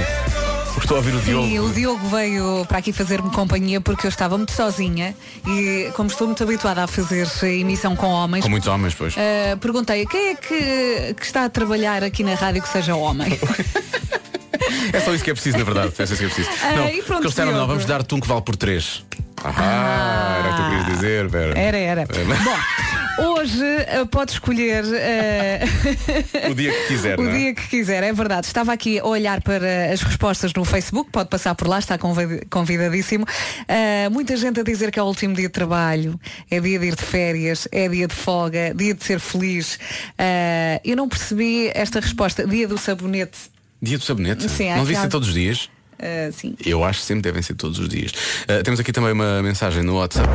Speaker 1: porque Estou a ouvir o Diogo.
Speaker 2: Sim, o Diogo veio para aqui fazer-me companhia porque eu estava muito sozinha e como estou muito habituada a fazer emissão com homens.
Speaker 1: Com muitos homens, pois.
Speaker 2: eh, perguntei quem é que, que está a trabalhar aqui na rádio que seja homem.
Speaker 1: É só isso que é preciso, na verdade. É só isso que é preciso.
Speaker 2: Ah,
Speaker 1: não,
Speaker 2: e pronto,
Speaker 1: porque eles disseram, não,
Speaker 2: Diogo.
Speaker 1: vamos dar-te um que vale por 3. Ah, era o que tu querias dizer, Vera.
Speaker 2: Era, era.
Speaker 1: É.
Speaker 2: Bom, hoje eh, pode escolher eh,
Speaker 1: O dia que quiser,
Speaker 2: o
Speaker 1: não é?
Speaker 2: dia que quiser, é verdade. Estava aqui a olhar para as respostas no Facebook, pode passar por lá, está convi- convidadíssimo. Eh, muita gente a dizer que é o último dia de trabalho, é dia de ir de férias, é dia de folga, dia de ser feliz. Eh, eu não percebi esta resposta, dia do sabonete.
Speaker 1: Dia do sabonete?
Speaker 2: Sim, há
Speaker 1: não devia ser
Speaker 2: aqui algo-
Speaker 1: todos os dias?
Speaker 2: Eh, sim.
Speaker 1: Eu acho que sempre devem ser todos os dias. Ah, temos aqui também uma mensagem no WhatsApp.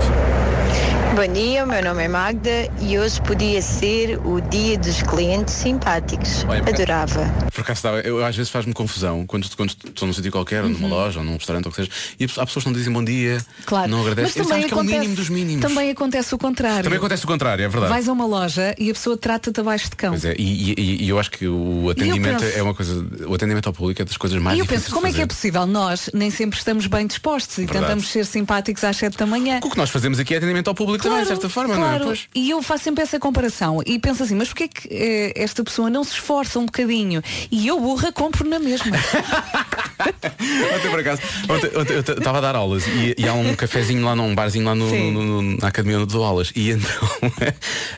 Speaker 14: Bom dia, o meu nome é Magda e hoje podia ser o dia dos clientes simpáticos.
Speaker 1: Olha, por acaso-
Speaker 14: Adorava.
Speaker 1: Por acaso, sabe, eu, às vezes faz-me confusão quando, quando estou num sítio qualquer, ou numa
Speaker 2: Uhum.
Speaker 1: loja, ou num restaurante, ou o que seja, e há pessoas que não dizem bom dia,
Speaker 2: Claro.
Speaker 1: não agradecem.
Speaker 2: Mas
Speaker 1: Eu
Speaker 2: também
Speaker 1: acho que é o
Speaker 2: acontece,
Speaker 1: mínimo dos mínimos.
Speaker 2: também acontece o contrário.
Speaker 1: Também acontece o contrário, é verdade.
Speaker 2: Vais a uma loja e a pessoa trata-te abaixo de cão.
Speaker 1: Pois é, e, e- e eu acho que o atendimento
Speaker 2: penso-
Speaker 1: é uma coisa. O atendimento ao público é das coisas mais
Speaker 2: E eu
Speaker 1: difíceis
Speaker 2: penso, como
Speaker 1: de
Speaker 2: é que é
Speaker 1: fazer.
Speaker 2: possível? Nós nem sempre estamos bem dispostos e
Speaker 1: Verdade.
Speaker 2: tentamos ser simpáticos às 7 da manhã.
Speaker 1: O que nós fazemos aqui é atendimento ao público público também, de certa forma,
Speaker 2: claro.
Speaker 1: não é? Pois.
Speaker 2: E eu faço sempre essa comparação e penso assim, mas porquê é que eh, esta pessoa não se esforça um bocadinho? E eu, burra, compro na mesma.
Speaker 1: Ontem por acaso, ontem- ontem eu estava a dar aulas e, e há um cafezinho lá, num barzinho lá no,
Speaker 2: Sim.
Speaker 1: no- no- na academia onde dou aulas. E então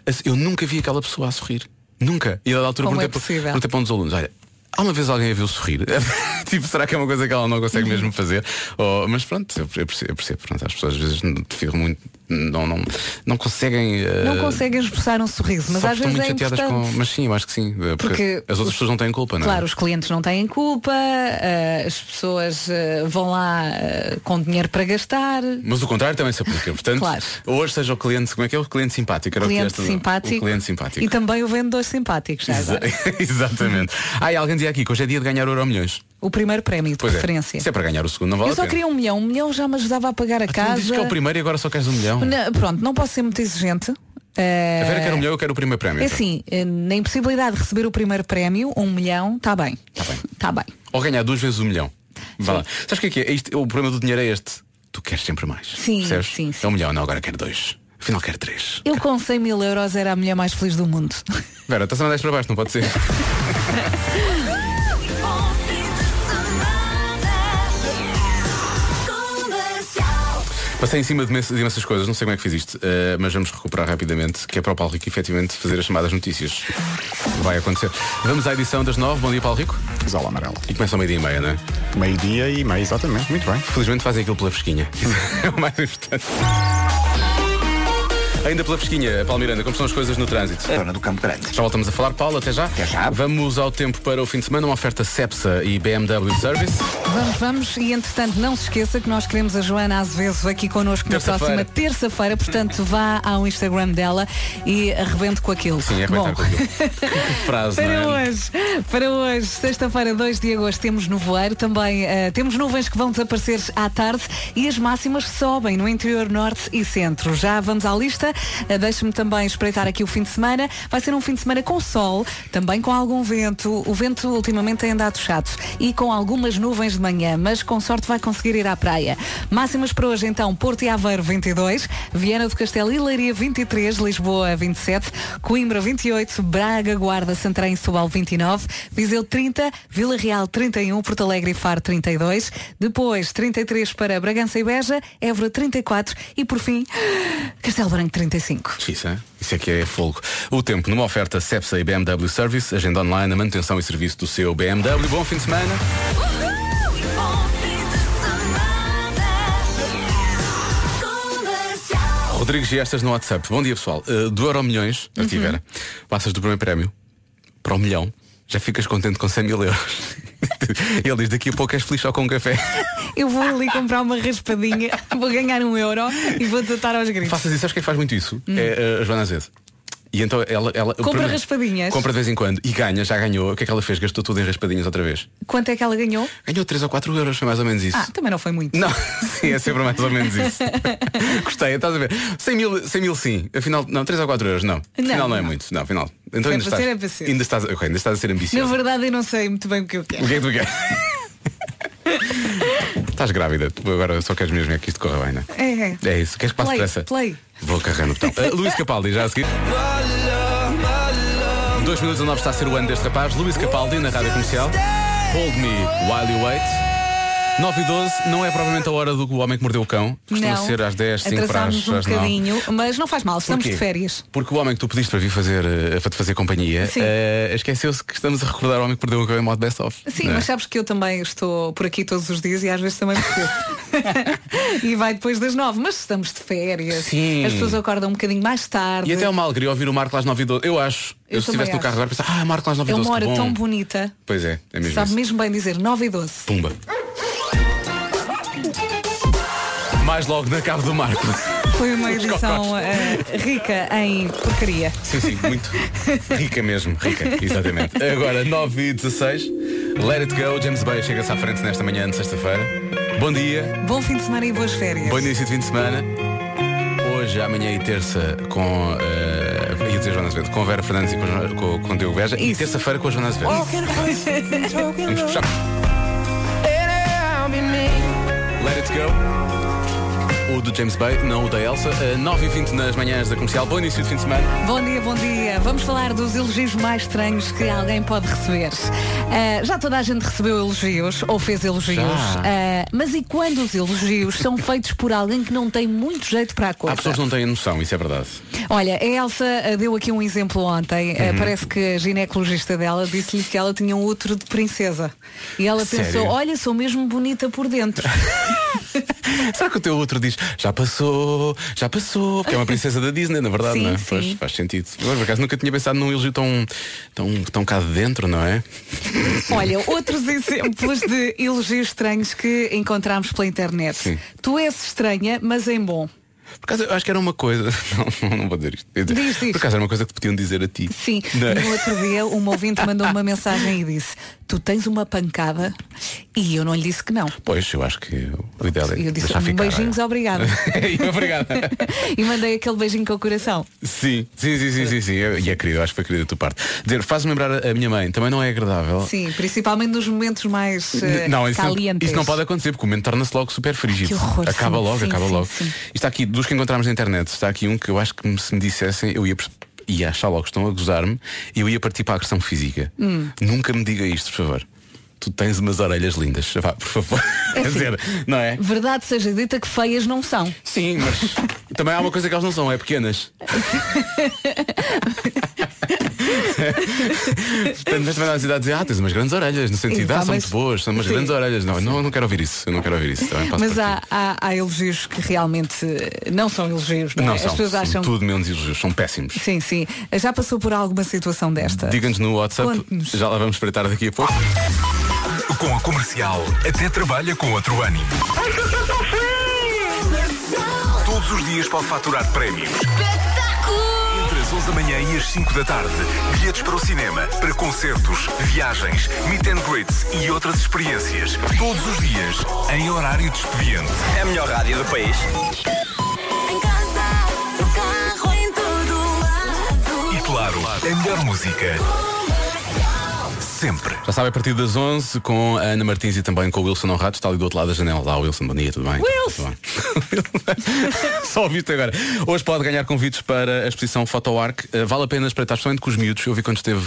Speaker 1: assim, eu nunca vi aquela pessoa a sorrir. Nunca. E a dada altura
Speaker 2: Como
Speaker 1: perguntei,
Speaker 2: é
Speaker 1: para-
Speaker 2: possível?
Speaker 1: perguntei para um dos alunos, olha. Há uma vez alguém a viu sorrir? tipo, será que é uma coisa que ela não consegue mesmo fazer? Ou- mas pronto, eu eu percebo, eu percebo. Pronto, as pessoas às vezes não- ficam muito. Não, não, não conseguem. eh,
Speaker 2: Não conseguem expressar um sorriso, mas
Speaker 1: só
Speaker 2: às
Speaker 1: porque estão
Speaker 2: vezes
Speaker 1: muito
Speaker 2: é
Speaker 1: chateadas
Speaker 2: importante.
Speaker 1: com. Mas sim, eu acho que sim. eh, Porque,
Speaker 2: Porque
Speaker 1: as outras pessoas não têm culpa, não é?
Speaker 2: Claro, os clientes não têm culpa, eh, as pessoas eh, vão lá eh, com dinheiro para gastar.
Speaker 1: Mas o contrário também se aplica. Portanto,
Speaker 2: Claro.
Speaker 1: hoje seja o cliente, como é que é? O cliente simpático. Era o que
Speaker 2: Cliente
Speaker 1: esta-
Speaker 2: simpático,
Speaker 1: O cliente simpático.
Speaker 2: E também o vendedor simpático, já
Speaker 1: Exa-
Speaker 2: agora.
Speaker 1: Exatamente. Ah, e alguém dizia aqui que hoje é dia de ganhar euro milhões.
Speaker 2: O primeiro prémio, de
Speaker 1: Pois
Speaker 2: preferência.
Speaker 1: é. Se é para ganhar o segundo, não vale
Speaker 2: eu só
Speaker 1: a pena.
Speaker 2: queria um milhão, um milhão já me ajudava a pagar a casa.
Speaker 1: Diz que é o primeiro e agora só queres um milhão.
Speaker 2: Na- pronto, não posso ser muito exigente. Eh,
Speaker 1: A Vera quer um milhão, eu quero o primeiro prémio.
Speaker 2: É
Speaker 1: então.
Speaker 2: assim, eh, na impossibilidade de receber o primeiro prémio, um milhão, está bem.
Speaker 1: Tá
Speaker 2: Está bem. Está bem.
Speaker 1: Ou ganhar duas vezes um milhão. Vá lá. Sabes o que é que é? Isto- o problema do dinheiro é este. Tu queres sempre mais.
Speaker 2: Sim,
Speaker 1: Percebes?
Speaker 2: sim,
Speaker 1: É um milhão, não, agora quero dois. Afinal quero três.
Speaker 2: Eu com 100 mil euros era a mulher mais feliz do mundo.
Speaker 1: Vera, estás a andar para baixo, não pode ser. Passei em cima de imensas, de imensas coisas, não sei como é que fiz isto, eh, mas vamos recuperar rapidamente, que é para o Paulo Rico efetivamente fazer as chamadas notícias. Vai acontecer. Vamos à edição das nove. Bom dia, Paulo Rico.
Speaker 6: Zola amarela.
Speaker 1: E começa ao meio-dia e meia, não é?
Speaker 6: Meio-dia e meia, exatamente. Muito bem.
Speaker 1: Felizmente fazem aquilo pela fresquinha. Isso é o mais importante. Ainda pela fresquinha, Paulo Miranda, como estão as coisas no trânsito?
Speaker 4: Zona do Campo Grande.
Speaker 1: Já voltamos a falar, Paulo, até já. Até já. Vamos ao tempo para o fim de semana, uma oferta Cepsa e BMW Service.
Speaker 2: Vamos, vamos, e entretanto não se esqueça que nós queremos a Joana Azevedo aqui connosco na
Speaker 1: Terça-feira.
Speaker 2: próxima terça-feira, portanto vá ao Instagram dela e arrebente com aquilo.
Speaker 1: Sim, é
Speaker 2: Bom, um
Speaker 1: arrebentar com aquilo. Que frase,
Speaker 2: Para
Speaker 1: não é?
Speaker 2: hoje, para hoje, sexta-feira, 2 de agosto, temos nevoeiro, também eh, temos nuvens que vão desaparecer à tarde e as máximas sobem no interior norte e centro. Já vamos à lista, eh, deixe-me também espreitar aqui o fim de semana. Vai ser um fim de semana com sol, também com algum vento. O vento ultimamente tem andado chato e com algumas nuvens de manhã, mas com sorte vai conseguir ir à praia. Máximas para hoje então, Porto e Aveiro 22, Viana do Castelo e Leiria 23, Lisboa 27, Coimbra 28, Braga, Guarda, Santarém e Setúbal 29, Viseu 30, Vila Real 31, Porto Alegre e Faro 32, depois 33 para Bragança e Beja, Évora 34 e por fim Castelo Branco 35.
Speaker 1: Isso é? Isso é que é fogo. O tempo numa oferta Cepsa e BMW Service, agenda online, a manutenção e serviço do seu BMW. Bom fim de semana. Rodrigues Gestas no WhatsApp. Bom dia, pessoal. Uh, do Euro Milhões, a ti,
Speaker 2: Uhum.
Speaker 1: Vera, passas do primeiro prémio para o milhão, já ficas contente com 100 mil euros. Ele diz, daqui a pouco és feliz só com um café.
Speaker 2: Eu vou ali comprar uma raspadinha, vou ganhar um euro e vou tratar aos gritos.
Speaker 1: Faças isso, acho que faz muito isso. É uh, a Joana Azevedo. E então ela, ela
Speaker 2: Hum. Compra raspadinhas.
Speaker 1: Compra de vez em quando e ganha, já ganhou. O que é que ela fez? Gastou tudo em raspadinhas outra vez.
Speaker 2: Quanto é que ela ganhou?
Speaker 1: Ganhou 3 ou 4 euros, foi mais ou menos isso.
Speaker 2: Ah, também não foi muito.
Speaker 1: Não, sim, é sempre mais ou menos isso. Gostei, estás a ver? 100 mil, 100 mil sim. Afinal, não, 3 ou 4 euros, não. Afinal não, é
Speaker 2: não.
Speaker 1: muito. Não, afinal. Então
Speaker 2: É
Speaker 1: ainda
Speaker 2: para
Speaker 1: estás,
Speaker 2: ser, é para ser.
Speaker 1: ainda, estás, ok, ainda estás a ser
Speaker 2: Na
Speaker 1: ambicioso.
Speaker 2: verdade eu não sei muito bem o que eu quero.
Speaker 1: O que é que tu queres? estás grávida. Tu Agora só queres mesmo é que isto corra bem, não é?
Speaker 2: É, é.
Speaker 1: É isso. Queres que passe
Speaker 2: Play,
Speaker 1: depressa?
Speaker 2: play.
Speaker 1: Vou carregando o botão. Ah, Luís Capaldi, já a seguir. 2 minutos a 9 está a ser o ano deste rapaz. Luís Capaldi na rádio comercial. Hold me while you wait. 9 e 12 não é provavelmente a hora do homem que mordeu o cão. Costuma
Speaker 2: Não.
Speaker 1: ser às 10, 5 para as,
Speaker 2: Atrasámos um
Speaker 1: às 9.
Speaker 2: bocadinho, mas não faz mal, estamos
Speaker 1: Porquê?
Speaker 2: de férias.
Speaker 1: Porque o homem que tu pediste para vir fazer, eh, para te fazer companhia,
Speaker 2: Sim.
Speaker 1: eh, esqueceu-se que estamos a recordar o homem que perdeu o cão em modo best-of.
Speaker 2: Sim,
Speaker 1: não é?
Speaker 2: mas sabes que eu também estou por aqui todos os dias e às vezes também me esqueço. e vai depois das nove, mas estamos de férias.
Speaker 1: Sim.
Speaker 2: As pessoas acordam um bocadinho mais tarde.
Speaker 1: E até uma alegria ouvir o Marco às 9 e 12. Eu acho. Eu,
Speaker 2: Eu
Speaker 1: se estivesse
Speaker 2: também
Speaker 1: no carro agora pensava, ah, Marco às 9 e
Speaker 2: é
Speaker 1: 12.
Speaker 2: uma hora
Speaker 1: que bom.
Speaker 2: tão bonita.
Speaker 1: Pois é, é mesmo.
Speaker 2: Sabe
Speaker 1: isso.
Speaker 2: mesmo bem dizer 9 e 12.
Speaker 1: Pumba. Mais logo na cave do Marco.
Speaker 2: Foi uma
Speaker 1: Os
Speaker 2: edição
Speaker 1: cocós.
Speaker 2: eh, rica em porcaria.
Speaker 1: Sim, sim, muito. Rica mesmo, rica, exatamente. Agora, 9 e 16 Let it go, James Bay chega-se à frente nesta manhã de sexta-feira. Bom dia.
Speaker 2: Bom fim de semana e boas férias.
Speaker 1: Bom início de fim de semana. Hoje, amanhã e terça com eh, ia dizer Joana Azevedo, com Vera Fernandes e com, Jo- com, com Diogo Beja. E terça-feira com a Joana Azevedo.
Speaker 2: Oh,
Speaker 1: Vamos puxar. Let it go. o do James Bay, não o da Elsa. A 9h20 nas manhãs da comercial. Bom início de fim de semana.
Speaker 2: Bom dia, bom dia. Vamos falar dos elogios mais estranhos que alguém pode receber. Ah, já toda a gente recebeu elogios ou fez elogios.
Speaker 1: Já.
Speaker 2: Ah, mas e quando os elogios são feitos por alguém que não tem muito jeito para a coisa?
Speaker 1: Há pessoas que não têm noção, isso é verdade.
Speaker 2: Olha, a Elsa ah, deu aqui um exemplo ontem. Ah,
Speaker 1: Uhum.
Speaker 2: parece que a ginecologista dela disse-lhe que ela tinha um outro de princesa. E ela
Speaker 1: Sério?
Speaker 2: pensou, olha, sou mesmo bonita por dentro.
Speaker 1: Será que o teu outro diz já passou, já passou? Porque é uma princesa da Disney, na verdade,
Speaker 2: Sim,
Speaker 1: não é?
Speaker 2: sim.
Speaker 1: Pois, faz sentido. Agora, por acaso, nunca tinha pensado num elogio tão, tão, tão cá de dentro, não é?
Speaker 2: Olha, outros exemplos de elogios estranhos que encontramos pela internet.
Speaker 1: Sim.
Speaker 2: Tu és estranha, mas em bom.
Speaker 1: Por acaso, eu acho que era uma coisa. Não, não vou dizer isto. Quer dizer,
Speaker 2: Diz, diz.
Speaker 1: Por acaso, era uma coisa que te podiam dizer a ti.
Speaker 2: Sim,
Speaker 1: Não é?
Speaker 2: no outro dia uma ouvinte mandou uma mensagem e disse Tu tens uma pancada e eu não lhe disse que não.
Speaker 1: Pois, eu acho que o ideal é.
Speaker 2: E eu disse um
Speaker 1: deixar ficar,
Speaker 2: beijinhos, obrigada.
Speaker 1: olha. Obrigada.
Speaker 2: e mandei aquele beijinho com o coração.
Speaker 1: Sim, sim, sim, sim, sim, sim. E é querido, acho que foi querido da tua parte. Dizer, faz-me lembrar a a minha mãe, também não é agradável.
Speaker 2: Sim, principalmente nos momentos mais
Speaker 1: N-
Speaker 2: eh,
Speaker 1: Não, isso não,
Speaker 2: calientes.
Speaker 1: isso não pode acontecer, porque o momento torna-se logo super frígido.
Speaker 2: Que horror,
Speaker 1: acaba
Speaker 2: sim,
Speaker 1: logo,
Speaker 2: sim,
Speaker 1: acaba
Speaker 2: sim,
Speaker 1: logo.
Speaker 2: sim.
Speaker 1: Está aqui, dos que encontramos na internet, está aqui um que eu acho que me- se me dissessem, eu ia, pers- ia achar logo que estão a gozar-me e eu ia partir para a agressão física. Hum. Nunca me diga isto, por favor. Tu tens umas orelhas lindas. Vá, por favor. Quer
Speaker 2: assim.
Speaker 1: dizer, não é?
Speaker 2: Verdade seja dita que feias não são.
Speaker 1: Sim, mas também há uma coisa que elas não são, é pequenas. Portanto, mas também há a cidade a dizer, ah, tens umas grandes orelhas, no sentido,
Speaker 2: Epá,
Speaker 1: ah, são
Speaker 2: mas-
Speaker 1: muito boas, são umas
Speaker 2: Sim.
Speaker 1: grandes orelhas. Não, não, não quero ouvir isso, eu não quero ouvir isso. Também passo
Speaker 2: Mas
Speaker 1: por
Speaker 2: há, há, há elogios que realmente eh, não são elogios, não,
Speaker 1: Não
Speaker 2: é?
Speaker 1: são,
Speaker 2: As pessoas
Speaker 1: são
Speaker 2: acham
Speaker 1: tudo menos elogios, são péssimos.
Speaker 2: Sim, sim. Já passou por alguma situação desta?
Speaker 1: Diga-nos no WhatsApp, já lá vamos espreitar daqui a pouco.
Speaker 15: Com a comercial, até trabalha com outro ânimo. Todos os dias pode faturar prémios. Entre as 11 da manhã e as 5 da tarde, bilhetes para o cinema, para concertos, viagens, meet and greets e outras experiências. Todos os dias, em horário de expediente. É a melhor rádio do país.
Speaker 12: Carro em todo lado.
Speaker 15: E claro, a melhor música. Sempre.
Speaker 1: Já sabe, a partir das 11 com a Ana Martins e também com o Wilson Honrado, está ali do outro lado da janela. Lá, Wilson, bom dia, tudo bem?
Speaker 2: Wilson!
Speaker 1: Tudo bem? Só ouviste agora. Hoje pode ganhar convites para a exposição PhotoArc. Eh, Vale a pena espreitar, especialmente com os miúdos. Eu vi quando esteve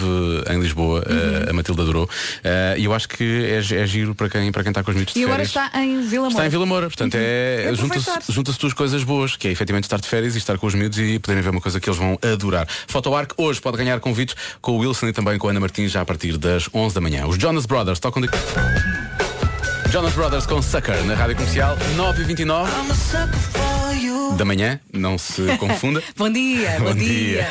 Speaker 1: eh, em Lisboa,
Speaker 2: Uhum.
Speaker 1: eh, a Matilda adorou. Eh, E eu acho que é, gi- é giro para quem, para quem está com os miúdos de
Speaker 2: E agora
Speaker 1: férias.
Speaker 2: está em Vila Moura.
Speaker 1: Está em Vila Moura, portanto é,
Speaker 2: É
Speaker 1: junta-se
Speaker 2: aproveitar.
Speaker 1: junta-se duas coisas boas, que é efetivamente estar de férias e estar com os miúdos e poderem ver uma coisa que eles vão adorar. Fotoarc hoje pode ganhar convites com o Wilson e também com a Ana Martins já a partir das 11 da manhã. Os Jonas Brothers tocam de... Jonas Brothers com Sucker na Rádio Comercial 9h29
Speaker 5: I'm a sucker for you.
Speaker 1: da manhã, não se confunda.
Speaker 2: bom dia, bom,
Speaker 1: Bom dia.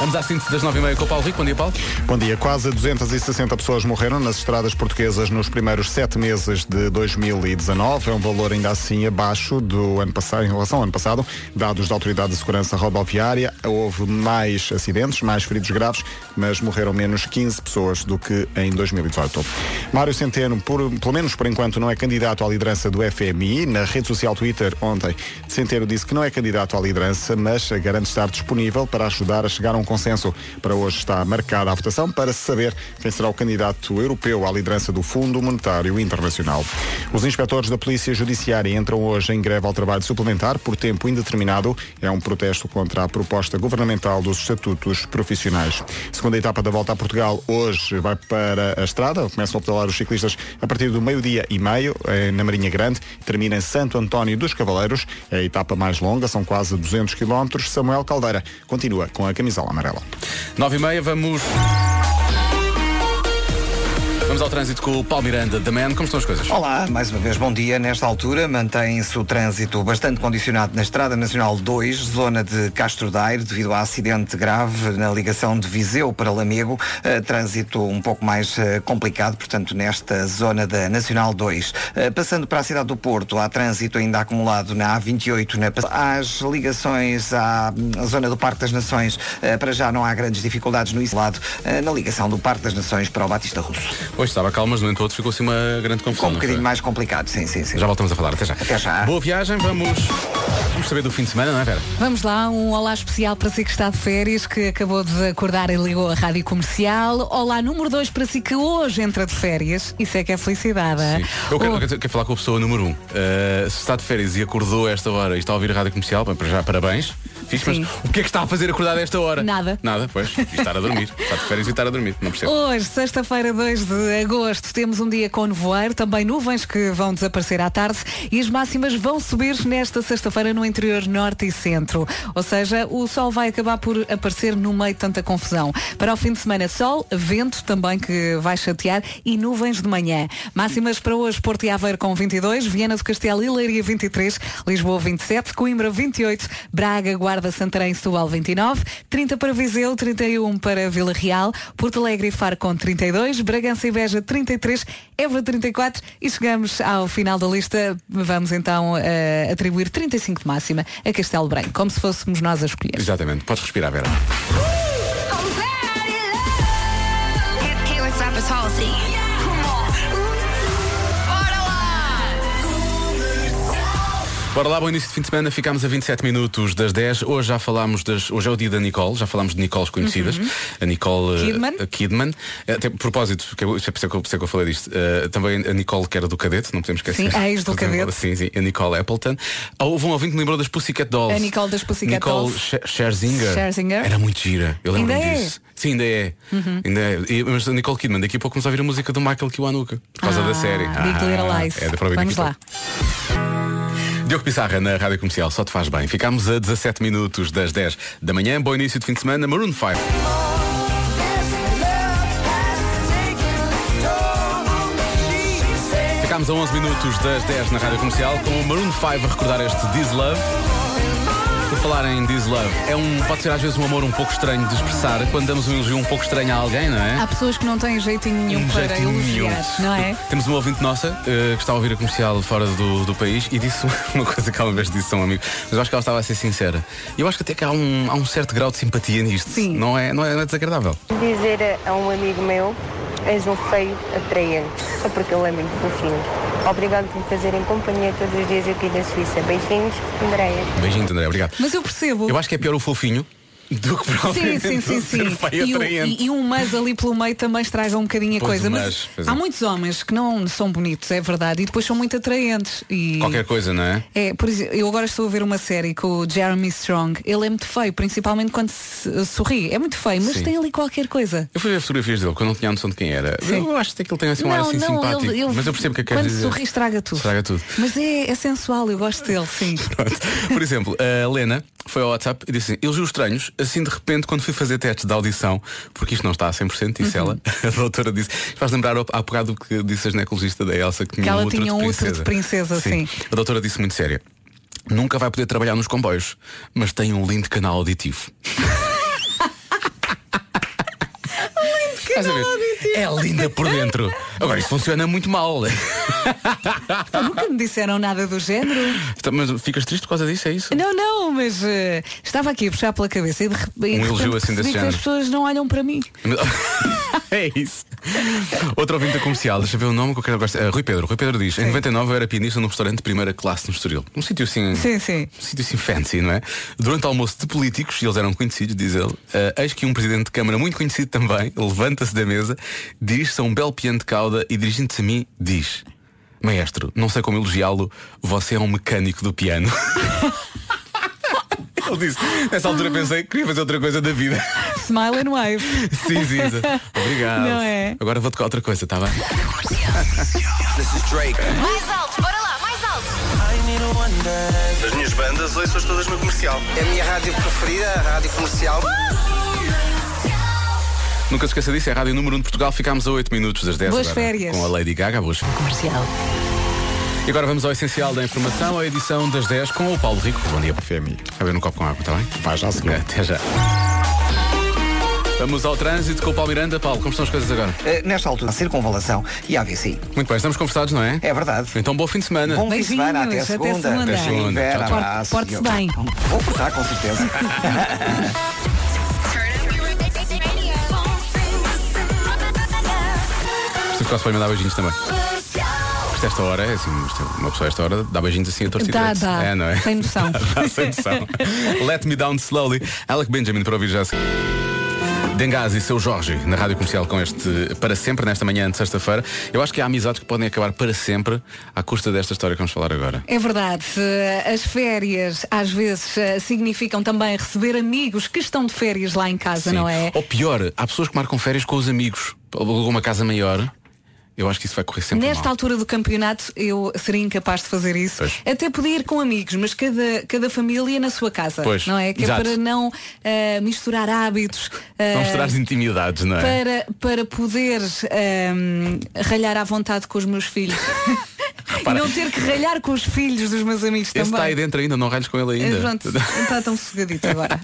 Speaker 1: Vamos à síntese das 9h30 com o Paulo Rico. Bom dia, Paulo.
Speaker 6: Bom dia. Quase 260 pessoas morreram nas estradas portuguesas nos primeiros sete meses de 2019. É um valor ainda assim abaixo do ano passado, em relação ao ano passado. Dados da Autoridade de Segurança Rodoviária, houve mais acidentes, mais feridos graves, mas morreram menos 15 pessoas do que em 2018. Mário Centeno, por- pelo menos por enquanto, não é candidato à liderança do FMI. Na rede social Twitter, ontem, Centeno disse que não é candidato à liderança, mas garante estar disponível para ajudar a chegar a um consenso. Para hoje está marcada a votação para se saber quem será o candidato europeu à liderança do Fundo Monetário Internacional. Os inspectores da Polícia Judiciária entram hoje em greve ao trabalho suplementar por tempo indeterminado. É um protesto contra a proposta governamental dos estatutos profissionais. Segunda etapa da volta a Portugal hoje vai para a estrada. Começam a pedalar os ciclistas a partir do meio-dia e meio eh, na Marinha Grande. Termina em Santo António dos Cavaleiros. É a etapa mais longa, são quase 200 quilómetros. Samuel Caldeira continua com a camisola amarela.
Speaker 1: 9h30 vamos. Vamos ao trânsito com o Paulo Miranda, The Man. Como estão as coisas?
Speaker 4: Olá, mais uma vez bom dia. Nesta altura mantém-se o trânsito bastante condicionado na Estrada Nacional 2, zona de Castro Daire, devido a acidente grave na ligação de Viseu para Lamego. Eh, trânsito um pouco mais eh, complicado, portanto, nesta zona da Nacional 2. Eh, passando para a cidade do Porto, há trânsito ainda acumulado na A28, na pass- às ligações à hum, zona do Parque das Nações. eh, para já não há grandes dificuldades no isolado eh, na ligação do Parque das Nações para o Batista Russo.
Speaker 1: Hoje estava calmo, mas no entanto outro ficou assim uma grande confusão.
Speaker 4: Um
Speaker 1: não foi?
Speaker 4: bocadinho mais complicado, sim, sim, sim.
Speaker 1: Já voltamos a falar, até já. Até
Speaker 4: já.
Speaker 1: Boa viagem, vamos. Vamos saber do fim de semana, não é, Vera?
Speaker 2: Vamos lá, um olá especial para si que está de férias, que acabou de acordar e ligou a rádio comercial. Olá número 2 para si que hoje entra de férias. Isso é que é felicidade. hein?
Speaker 1: Eu quero,
Speaker 2: Oh,
Speaker 1: eu quero- quero falar com a pessoa número 1. Um. Uh, se está de férias e acordou a esta hora e está a ouvir a rádio comercial, bem, para já, parabéns. Fiz, mas
Speaker 2: Sim.
Speaker 1: o que é que está a fazer acordado a esta hora?
Speaker 2: Nada.
Speaker 1: Nada, pois. E estar a dormir. está de férias e estar a dormir. Não percebo.
Speaker 2: Hoje, sexta-feira, 2 de agosto, temos um dia com nevoeiro, também nuvens que vão desaparecer à tarde e as máximas vão subir nesta sexta-feira no interior norte e centro. Ou seja, o sol vai acabar por aparecer no meio de tanta confusão. Para o fim de semana, sol, vento também que vai chatear e nuvens de manhã. Máximas para hoje, Porto e Aveiro com 22, Viana do Castelo e Leiria 23, Lisboa 27, Coimbra 28, Braga, Guarda, Santarém, Setúbal 29, 30 para Viseu, 31 para Vila Real, Porto Alegre e Faro com 32, Bragança e Beja 33, Évora 34 e chegamos ao final da lista. Vamos então eh, atribuir 35 de máxima a Castelo Branco, como se fôssemos nós a escolher.
Speaker 1: Exatamente. Podes respirar, Vera.
Speaker 12: Hey, what's up? It's Halsey.
Speaker 1: Bora lá, bom início de fim de semana. Ficámos a 27 minutos das 10. Hoje já falámos das. Hoje é o dia da Nicole. Já falámos de Nicoles conhecidas.
Speaker 2: Uhum.
Speaker 1: A Nicole eh,
Speaker 2: Kidman.
Speaker 1: a Kidman. Eh, Até, a propósito, que eu, isso é por isso que eu, por isso que eu falei disto. eh, também a Nicole, que era do Cadete, não podemos esquecer.
Speaker 2: Sim, a ex do Cadete.
Speaker 1: Sim, sim. A Nicole Appleton. Ah, Houve um ouvinte que me lembrou das Pussycat Dolls.
Speaker 2: A Nicole das Pussycat
Speaker 1: Nicole
Speaker 2: Dolls.
Speaker 1: Scher- Scherzinger.
Speaker 2: Scherzinger.
Speaker 1: Era muito gira. Eu lembro
Speaker 2: Ainda é?
Speaker 1: disso. Sim, ainda é.
Speaker 2: Uhum.
Speaker 1: Ainda é. E- Mas a Nicole Kidman, daqui a pouco vamos a ouvir a música do Michael Kiwanuka. Por causa
Speaker 2: Ah,
Speaker 1: da série.
Speaker 2: Big Little Lies.
Speaker 1: É, dá para ouvir
Speaker 2: Vamos
Speaker 1: daqui a
Speaker 2: lá.
Speaker 1: Diogo Pissarra na Rádio Comercial, só te faz bem. Ficámos a 17 minutos das 10 da manhã. Bom início de fim de semana, Maroon 5. Ficámos a 11 minutos das 10 na Rádio Comercial com o Maroon 5 a recordar este This Love. Por falar em This Love, é um, pode ser às vezes um amor um pouco estranho de expressar quando damos um elogio um pouco estranho a alguém, não é?
Speaker 2: Há pessoas que não têm jeitinho nenhum
Speaker 1: Um
Speaker 2: para
Speaker 1: jeitinho
Speaker 2: elogiar,
Speaker 1: nenhum.
Speaker 2: não é?
Speaker 1: Temos uma ouvinte nossa eh, que está a ouvir a comercial fora do, do país e disse uma coisa que alguma vez disse a um amigo, mas eu acho que ela estava a ser sincera. E eu acho que até que há um, há um certo grau de simpatia nisto. Sim. Não é, não é, não é desagradável.
Speaker 16: Dizer a- a um amigo meu, és um feio atraente, só porque ele é muito fofinho. Obrigado por me fazerem companhia todos os dias aqui da Suíça. Beijinhos, Andréia.
Speaker 1: Um Beijinho, André, obrigado.
Speaker 2: Mas eu percebo.
Speaker 1: Eu acho que é pior o fofinho do que
Speaker 2: Sim,
Speaker 1: provavelmente
Speaker 2: sim, sim,
Speaker 1: o ser
Speaker 2: sim.
Speaker 1: feio
Speaker 2: E, o-
Speaker 1: atraente.
Speaker 2: e- e um mas ali pelo meio também estraga um bocadinho a
Speaker 1: Pois,
Speaker 2: coisa.
Speaker 1: o
Speaker 2: Mas,
Speaker 1: mas, pois é.
Speaker 2: há muitos homens que não são bonitos, é verdade, e depois são muito atraentes. E...
Speaker 1: Qualquer coisa, não é?
Speaker 2: É, por exemplo, eu agora estou a ver uma série com o Jeremy Strong. Ele é muito feio, principalmente quando se- sorri. É muito feio, mas
Speaker 1: Sim.
Speaker 2: tem ali qualquer coisa.
Speaker 1: Eu fui ver fotografias dele, que eu não tinha noção de quem era.
Speaker 2: Sim.
Speaker 1: Eu acho até que ele tem assim um ar
Speaker 2: Não,
Speaker 1: assim
Speaker 2: não,
Speaker 1: simpático.
Speaker 2: ele- ele-
Speaker 1: mas eu percebo o que é que
Speaker 2: quando
Speaker 1: queres dizer.
Speaker 2: sorri, estraga tudo.
Speaker 1: Estraga tudo.
Speaker 2: Mas é, é sensual, eu gosto dele, sim.
Speaker 1: Por exemplo, a Lena foi ao WhatsApp e disse assim, elogios estranhos, assim de repente quando fui fazer testes de audição, porque isto não está a 100%, disse ela, a doutora disse, faz lembrar ao- há bocado o que disse a ginecologista da Elsa, que tinha
Speaker 2: Que ela
Speaker 1: um útero
Speaker 2: tinha
Speaker 1: de
Speaker 2: um
Speaker 1: princesa.
Speaker 2: útero de princesa, sim.
Speaker 1: A doutora disse muito séria, nunca vai poder trabalhar nos comboios, mas tem um lindo canal auditivo. Estás a ver? É linda por dentro. Agora, isso funciona muito mal.
Speaker 2: Pá, Nunca me disseram nada do género.
Speaker 1: Mas ficas triste por causa disso, é isso?
Speaker 2: Não, não, mas eh, estava aqui a puxar pela cabeça e de, re- e de repente
Speaker 1: elogio assim desse
Speaker 2: percebi que
Speaker 1: género.
Speaker 2: as pessoas não olham para mim.
Speaker 1: é isso. Outro ouvinte da comercial, deixa eu ver o nome que eu quero gostar. Ah, Rui Pedro. Rui Pedro diz: Em 99 eu era pianista num restaurante de primeira classe no Estoril. Um sítio assim.
Speaker 2: Sim, sim.
Speaker 1: Um sítio assim fancy, não é? Durante o almoço de políticos, e eles eram conhecidos, diz ele, ah, eis que um presidente de Câmara muito conhecido também levanta-se da mesa, dirige-se a um belo piano de cauda e dirigindo-se a mim, diz: Maestro, não sei como elogiá-lo, você é um mecânico do piano. Ele disse, nessa altura pensei que queria fazer outra coisa da vida.
Speaker 2: Smile and wave.
Speaker 1: Sim, sim, sim. Obrigado.
Speaker 2: Não é?
Speaker 1: Agora vou tocar outra coisa, tá bem?
Speaker 7: This is Drake.
Speaker 12: Mais alto, bora lá, mais alto.
Speaker 7: As minhas bandas hoje são todas no comercial. É a minha rádio preferida, a rádio comercial.
Speaker 1: Nunca se esqueça disso, é a Rádio Número 1 de Portugal. Ficámos a 8 minutos das 10
Speaker 2: Boas
Speaker 1: agora,
Speaker 2: férias.
Speaker 1: com a Lady Gaga. Boas
Speaker 3: Comercial.
Speaker 1: E agora vamos ao essencial da informação, a edição das 10 com o Paulo Rico. Bom dia, PFM. A ver no copo com água, tá bem? Vai já, senhor. Até já. Vamos ao trânsito com o Paulo Miranda. Paulo, como estão as coisas agora?
Speaker 4: Eh, nesta altura, a circunvalação e a AVC.
Speaker 1: Muito bem, estamos conversados, não é?
Speaker 4: É verdade.
Speaker 1: Então, bom fim de semana.
Speaker 4: Bom fim de semana, até a
Speaker 1: Beijinhos, até
Speaker 4: segunda.
Speaker 1: segunda.
Speaker 4: Beijinho, Vera,
Speaker 1: Tchau, tchau.
Speaker 4: abraço.
Speaker 1: Porte-se
Speaker 2: bem.
Speaker 4: Vou cortar, com certeza.
Speaker 1: Se ficasse para mandar beijinhos também. Isto esta hora, é assim, isto é- uma pessoa a esta hora dá beijinhos assim a torcida.
Speaker 2: Dá, dá.
Speaker 1: É, não é?
Speaker 2: Sem noção.
Speaker 1: Dá sem noção. Let me down slowly. Alec Benjamin para ouvir já. a seguir. Dengazi e seu Jorge na rádio comercial com este para sempre nesta manhã de sexta-feira. Eu acho que há amizades que podem acabar para sempre à custa desta história que vamos falar agora.
Speaker 2: É verdade. eh, As férias às vezes eh, significam também receber amigos que estão de férias lá em casa, não é?
Speaker 1: Ou pior, há pessoas que marcam férias com os amigos, alugam uma casa maior. Eu acho que isso vai correr sempre
Speaker 2: Nesta
Speaker 1: mal.
Speaker 2: altura do campeonato eu seria incapaz de fazer isso.
Speaker 1: Pois.
Speaker 2: Até podia ir com amigos, mas cada, cada família na sua casa.
Speaker 1: Pois,
Speaker 2: Não é? Que
Speaker 1: exato.
Speaker 2: é para não eh, misturar hábitos. eh,
Speaker 1: Não misturar as intimidades, não é?
Speaker 2: para, para poder ehm, ralhar à vontade com os meus filhos.
Speaker 1: Repara.
Speaker 2: E não ter que ralhar com os filhos dos meus amigos
Speaker 1: Esse
Speaker 2: também.
Speaker 1: está aí dentro ainda, não ralhes com ele ainda.
Speaker 2: Eh, Pronto, está tão sossegadito agora.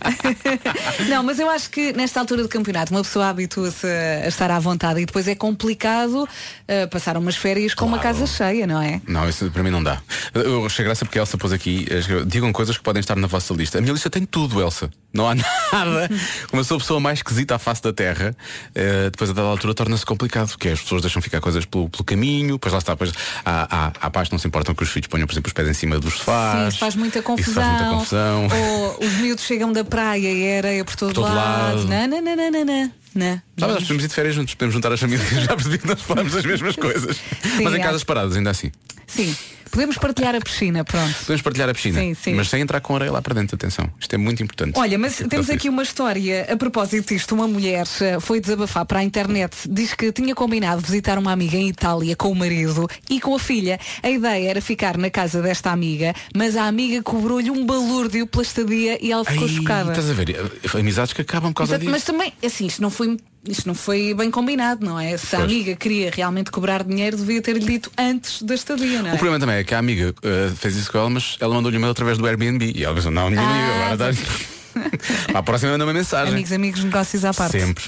Speaker 2: não, mas eu acho que nesta altura do campeonato uma pessoa habitua-se a estar à vontade e depois é complicado eh, passar umas férias com uma casa cheia, não é?
Speaker 1: Não, isso para mim não dá. Eu achei graça porque a Elsa pôs aqui, eh, escreveu, digam coisas que podem estar na vossa lista. A minha lista tem tudo, Elsa. Não há nada. Como eu sou a pessoa mais esquisita à face da Terra, eh, depois a dada altura torna-se complicado, porque as pessoas deixam ficar coisas pelo, pelo caminho, depois lá está, depois há, há, há pais que não se importam que os filhos ponham, por exemplo, os pés em cima dos sofás.
Speaker 2: Sim, isso faz muita
Speaker 1: Isso
Speaker 2: confusão.
Speaker 1: faz muita confusão.
Speaker 2: Ou os miúdos chegam da praia e é areia por todo,
Speaker 1: Por todo lado.
Speaker 2: lado. Não, não, não, não, não, não. Não.
Speaker 1: Tá, mas nós podemos ir de férias juntos, podemos juntar as famílias, já percebi que nós falamos das mesmas coisas.
Speaker 2: Sim,
Speaker 1: mas em
Speaker 2: acho-
Speaker 1: casas paradas, ainda assim.
Speaker 2: Sim, podemos partilhar a piscina, pronto.
Speaker 1: Podemos partilhar a piscina,
Speaker 2: Sim, sim.
Speaker 1: mas sem entrar com a areia lá para dentro, atenção. Isto é muito importante.
Speaker 2: Olha, mas
Speaker 1: Fico
Speaker 2: temos
Speaker 1: feliz.
Speaker 2: aqui uma história a propósito disto. Uma mulher eh, foi desabafar para a internet. Diz que tinha combinado visitar uma amiga em Itália com o marido e com a filha. A ideia era ficar na casa desta amiga, mas a amiga cobrou-lhe um balúrdio pela estadia e ela ficou
Speaker 1: Ei,
Speaker 2: chocada.
Speaker 1: Estás a ver? Amizades que acabam por então, causa
Speaker 2: Portanto,
Speaker 1: disso.
Speaker 2: mas também, assim, isto não foi, isto não foi bem combinado, não é? Se a
Speaker 1: Pois.
Speaker 2: amiga queria realmente cobrar dinheiro, devia ter-lhe dito antes da estadia, não é?
Speaker 1: O problema também é que a amiga eh, fez isso com ela, mas ela mandou-lhe um e-mail através do Airbnb. E ela pensou, não, minha amiga,
Speaker 2: Ah,
Speaker 1: agora dá À próxima manda uma mensagem.
Speaker 2: Amigos, amigos, negócios à parte.
Speaker 1: Sempre.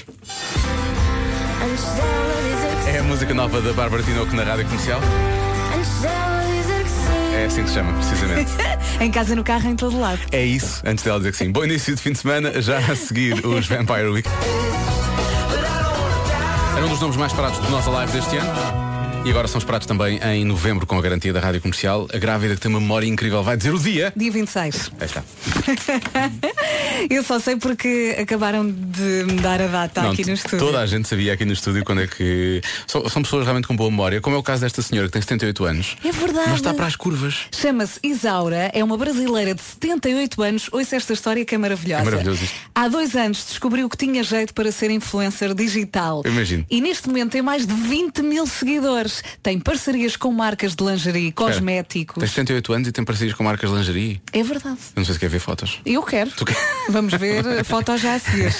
Speaker 1: É a música nova da Bárbara Tinoco na rádio comercial. É assim que se chama, precisamente.
Speaker 2: em casa, no carro, em todo lado.
Speaker 1: É isso, antes dela dizer que sim. Bom início de fim de semana, já a seguir os Vampire Week. Era um dos nomes mais parados do nosso live deste ano. E agora são esperados também em novembro com a garantia da Rádio Comercial. A grávida que tem uma memória incrível vai dizer o dia.
Speaker 2: Dia 26.
Speaker 1: Aí está.
Speaker 2: Eu só sei porque acabaram de me dar a data
Speaker 1: Não,
Speaker 2: Tá aqui no estúdio.
Speaker 1: Toda a gente sabia aqui no estúdio quando é que. São, são pessoas realmente com boa memória, como é o caso desta senhora que tem 78 anos.
Speaker 2: É verdade.
Speaker 1: Mas tá está para as curvas.
Speaker 2: Chama-se Isaura, é uma brasileira de 78 anos. Ouça esta história que é maravilhosa.
Speaker 1: É maravilhoso isto.
Speaker 2: Há dois anos descobriu que tinha jeito para ser influencer digital.
Speaker 1: Eu imagino.
Speaker 2: E neste momento tem mais de 20 mil seguidores. Tem parcerias com marcas de
Speaker 1: Tem
Speaker 2: lingerie, cosméticos.
Speaker 1: 78 anos e tem parcerias com marcas de lingerie.
Speaker 2: É verdade.
Speaker 1: Eu não sei se quer ver fotos.
Speaker 2: Eu quero. Vamos ver eh, fotos já a seguir.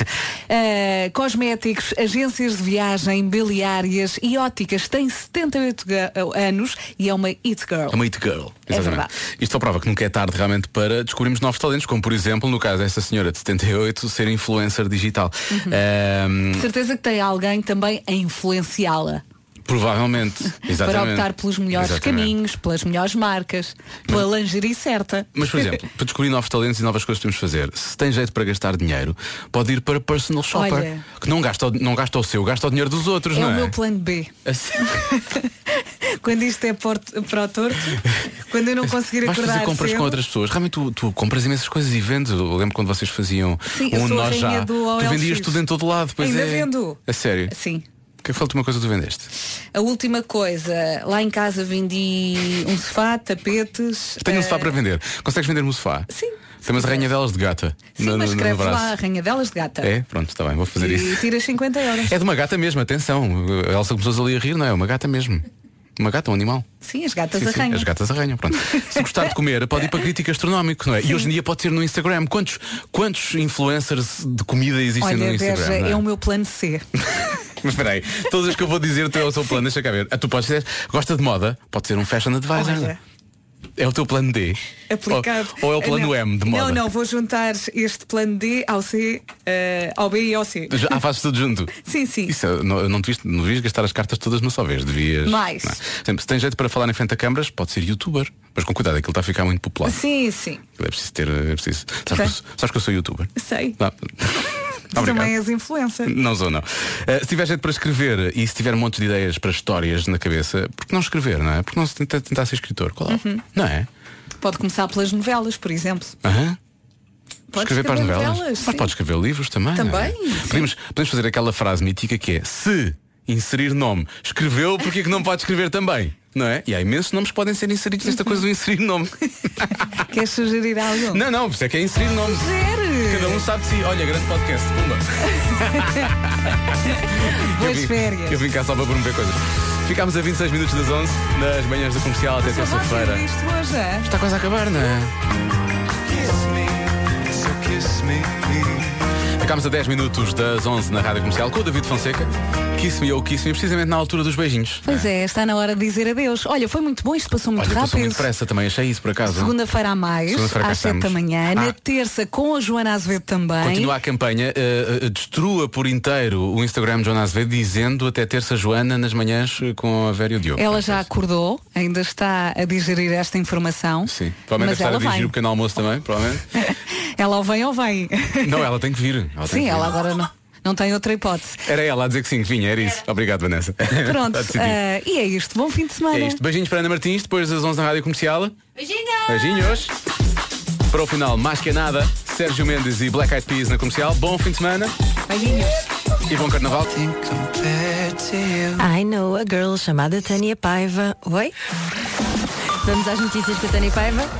Speaker 2: Eh, cosméticos, agências de viagem, biliárias e óticas. Tem 78 ga- anos e é uma it girl.
Speaker 1: É uma it girl.
Speaker 2: É verdade.
Speaker 1: Isto só prova que nunca é tarde realmente para descobrirmos novos talentos, como por exemplo, no caso desta senhora de 78, ser influencer digital. Ahm,
Speaker 2: De certeza que tem alguém também a influenciá-la.
Speaker 1: provavelmente.
Speaker 2: Para
Speaker 1: Exatamente.
Speaker 2: optar pelos melhores
Speaker 1: Exatamente.
Speaker 2: caminhos, pelas melhores marcas, pela lingerie certa.
Speaker 1: Mas, por exemplo, para descobrir novos talentos e novas coisas que podemos fazer, se tem jeito para gastar dinheiro, pode ir para personal shopper.
Speaker 2: Olha.
Speaker 1: Que não gasta, o- não gasta o seu, gasta o dinheiro dos outros,
Speaker 2: é
Speaker 1: não
Speaker 2: o
Speaker 1: é?
Speaker 2: meu plano B.
Speaker 1: Assim-
Speaker 2: Quando isto é por- para o torto, quando eu não conseguir
Speaker 1: Vais
Speaker 2: acordar
Speaker 1: fazer compras
Speaker 2: cedo,
Speaker 1: com outras pessoas. Realmente tu, tu compras imensas coisas e vendes. Eu lembro quando vocês faziam
Speaker 2: Sim, eu
Speaker 1: um
Speaker 2: sou a
Speaker 1: nós
Speaker 2: rainha
Speaker 1: já.
Speaker 2: do
Speaker 1: tu
Speaker 2: OLX.
Speaker 1: vendias tudo em todo lado. Pois
Speaker 2: Ainda
Speaker 1: é.
Speaker 2: vendo.
Speaker 1: A sério.
Speaker 2: Sim.
Speaker 1: O que é que foi a última coisa que tu vendeste?
Speaker 2: A última coisa, lá em casa vendi um sofá, tapetes.
Speaker 1: Tenho um
Speaker 2: eh,
Speaker 1: sofá para vender. Consegues vender-me um sofá? Sim. Temos a rainha delas de gata.
Speaker 2: Sim, mas escreve lá arranha delas de gata.
Speaker 1: É, pronto, está bem, vou fazer
Speaker 2: E
Speaker 1: isso.
Speaker 2: tiras 50 euros.
Speaker 1: É de uma gata mesmo, atenção. A Elsa começou ali a rir, não é? Uma gata mesmo. Uma gata, um animal.
Speaker 2: Sim, as gatas
Speaker 1: Sim, sim,
Speaker 2: arranham.
Speaker 1: As gatas arranham, pronto. Se gostar de comer, pode ir para crítica astronómico, não é? E hoje em dia pode ser no Instagram. Quantos, quantos influencers de comida existem
Speaker 2: Olha,
Speaker 1: no Instagram?
Speaker 2: Beja,
Speaker 1: não
Speaker 2: é o meu plano C.
Speaker 1: Mas espera aí, todas as que eu vou dizer tu é o seu plano, deixa cá ver. Ah, tu podes ser, gosta de moda, pode ser um fashion advisor.
Speaker 2: Olha.
Speaker 1: É o teu plano D.
Speaker 2: Aplicado.
Speaker 1: Ou, ou é o plano
Speaker 2: Não.
Speaker 1: M de moda.
Speaker 2: Não, não, vou juntar este plano D ao C, eh, ao B e ao C.
Speaker 1: Já fazes tudo junto.
Speaker 2: Sim, sim.
Speaker 1: Isso, eu não, eu não, devias, não devias gastar as cartas todas numa só vez, devias.
Speaker 2: Mais.
Speaker 1: não é? Por exemplo, se tem jeito para falar em frente a câmaras, pode ser youtuber. Mas com cuidado, aquilo está a ficar muito popular.
Speaker 2: Sim, sim.
Speaker 1: É preciso ter. É preciso. Sabes, que eu, sou- sabes que eu sou youtuber?
Speaker 2: Sei.
Speaker 1: Não.
Speaker 2: Tu também és influencer.
Speaker 1: Não sou, não. Eh, se tiver jeito para escrever e se tiver um monte de ideias para histórias na cabeça, por que não escrever, não é? Porque não se tenta, tentar ser escritor? Qual é?
Speaker 2: Uhum.
Speaker 1: Não é?
Speaker 2: Pode começar pelas novelas, por exemplo.
Speaker 1: Aham.
Speaker 2: Pode
Speaker 1: escrever para as
Speaker 2: escrever
Speaker 1: novelas.
Speaker 2: novelas,
Speaker 1: Mas
Speaker 2: sim.
Speaker 1: pode escrever livros também. não é?
Speaker 2: Também, sim.
Speaker 1: Podemos, podemos fazer aquela frase mítica que é se inserir nome, escreveu, porque é que não pode escrever também? Não é? E há imensos nomes que podem ser inseridos nesta coisa do inserir nome.
Speaker 2: Queres sugerir algo?
Speaker 1: Não, não, você quer é inserir nome.
Speaker 2: Sugere.
Speaker 1: Cada um sabe de si. Olha, grande podcast. Pumba.
Speaker 2: Boas
Speaker 1: eu vim,
Speaker 2: férias.
Speaker 1: Eu vim cá só para promover coisas. Ficámos a 26 minutos das 11 nas manhãs do comercial até
Speaker 2: Sou rápido
Speaker 1: terça-feira.
Speaker 2: isto hoje, é?
Speaker 1: Está quase a acabar, não é? Ficámos a 10 minutos das 11 na rádio comercial com o David Fonseca. Kiss me ou kiss me, precisamente na altura dos beijinhos.
Speaker 2: Pois é, está na hora de dizer adeus. Olha, foi muito bom, isto passou muito
Speaker 1: Olha, passou
Speaker 2: rápido.
Speaker 1: muito depressa também, achei isso por acaso.
Speaker 2: Segunda-feira a mais,
Speaker 1: Segunda-feira cá
Speaker 2: às 7 da
Speaker 1: estamos.
Speaker 2: manhã. Na
Speaker 1: Ah.
Speaker 2: terça, com a Joana Azevedo também.
Speaker 1: Continua a campanha, eh, eh, destrua por inteiro o Instagram de Joana Azevedo, dizendo até terça Joana nas manhãs eh, com a Vera e o Diogo.
Speaker 2: Ela já acordou, ainda está a digerir esta informação.
Speaker 1: Sim, provavelmente
Speaker 2: mas
Speaker 1: deve estar
Speaker 2: ela
Speaker 1: a dirigir
Speaker 2: vem.
Speaker 1: o pequeno almoço também, provavelmente.
Speaker 2: Ela ou vem ou vem.
Speaker 1: Não, ela tem que vir. Ela tem que
Speaker 2: Sim,
Speaker 1: vir.
Speaker 2: ela agora não, não tem outra hipótese.
Speaker 1: Era ela a dizer que sim, que vinha, era isso. Obrigado, Vanessa. Está
Speaker 2: Pronto,
Speaker 1: decidido.
Speaker 2: ah, e é isto. Bom fim de semana.
Speaker 1: É isto. Beijinhos para Ana Martins, depois das 11 na Rádio Comercial.
Speaker 2: Beijinhos!
Speaker 1: Beijinhos. Para o final, mais que é nada, Sérgio Mendes e Black Eyed Peas na Comercial. Bom fim de semana e bom carnaval.
Speaker 17: I know a girl chamada Tânia Paiva. Oi? Vamos às notícias com a Tânia Paiva?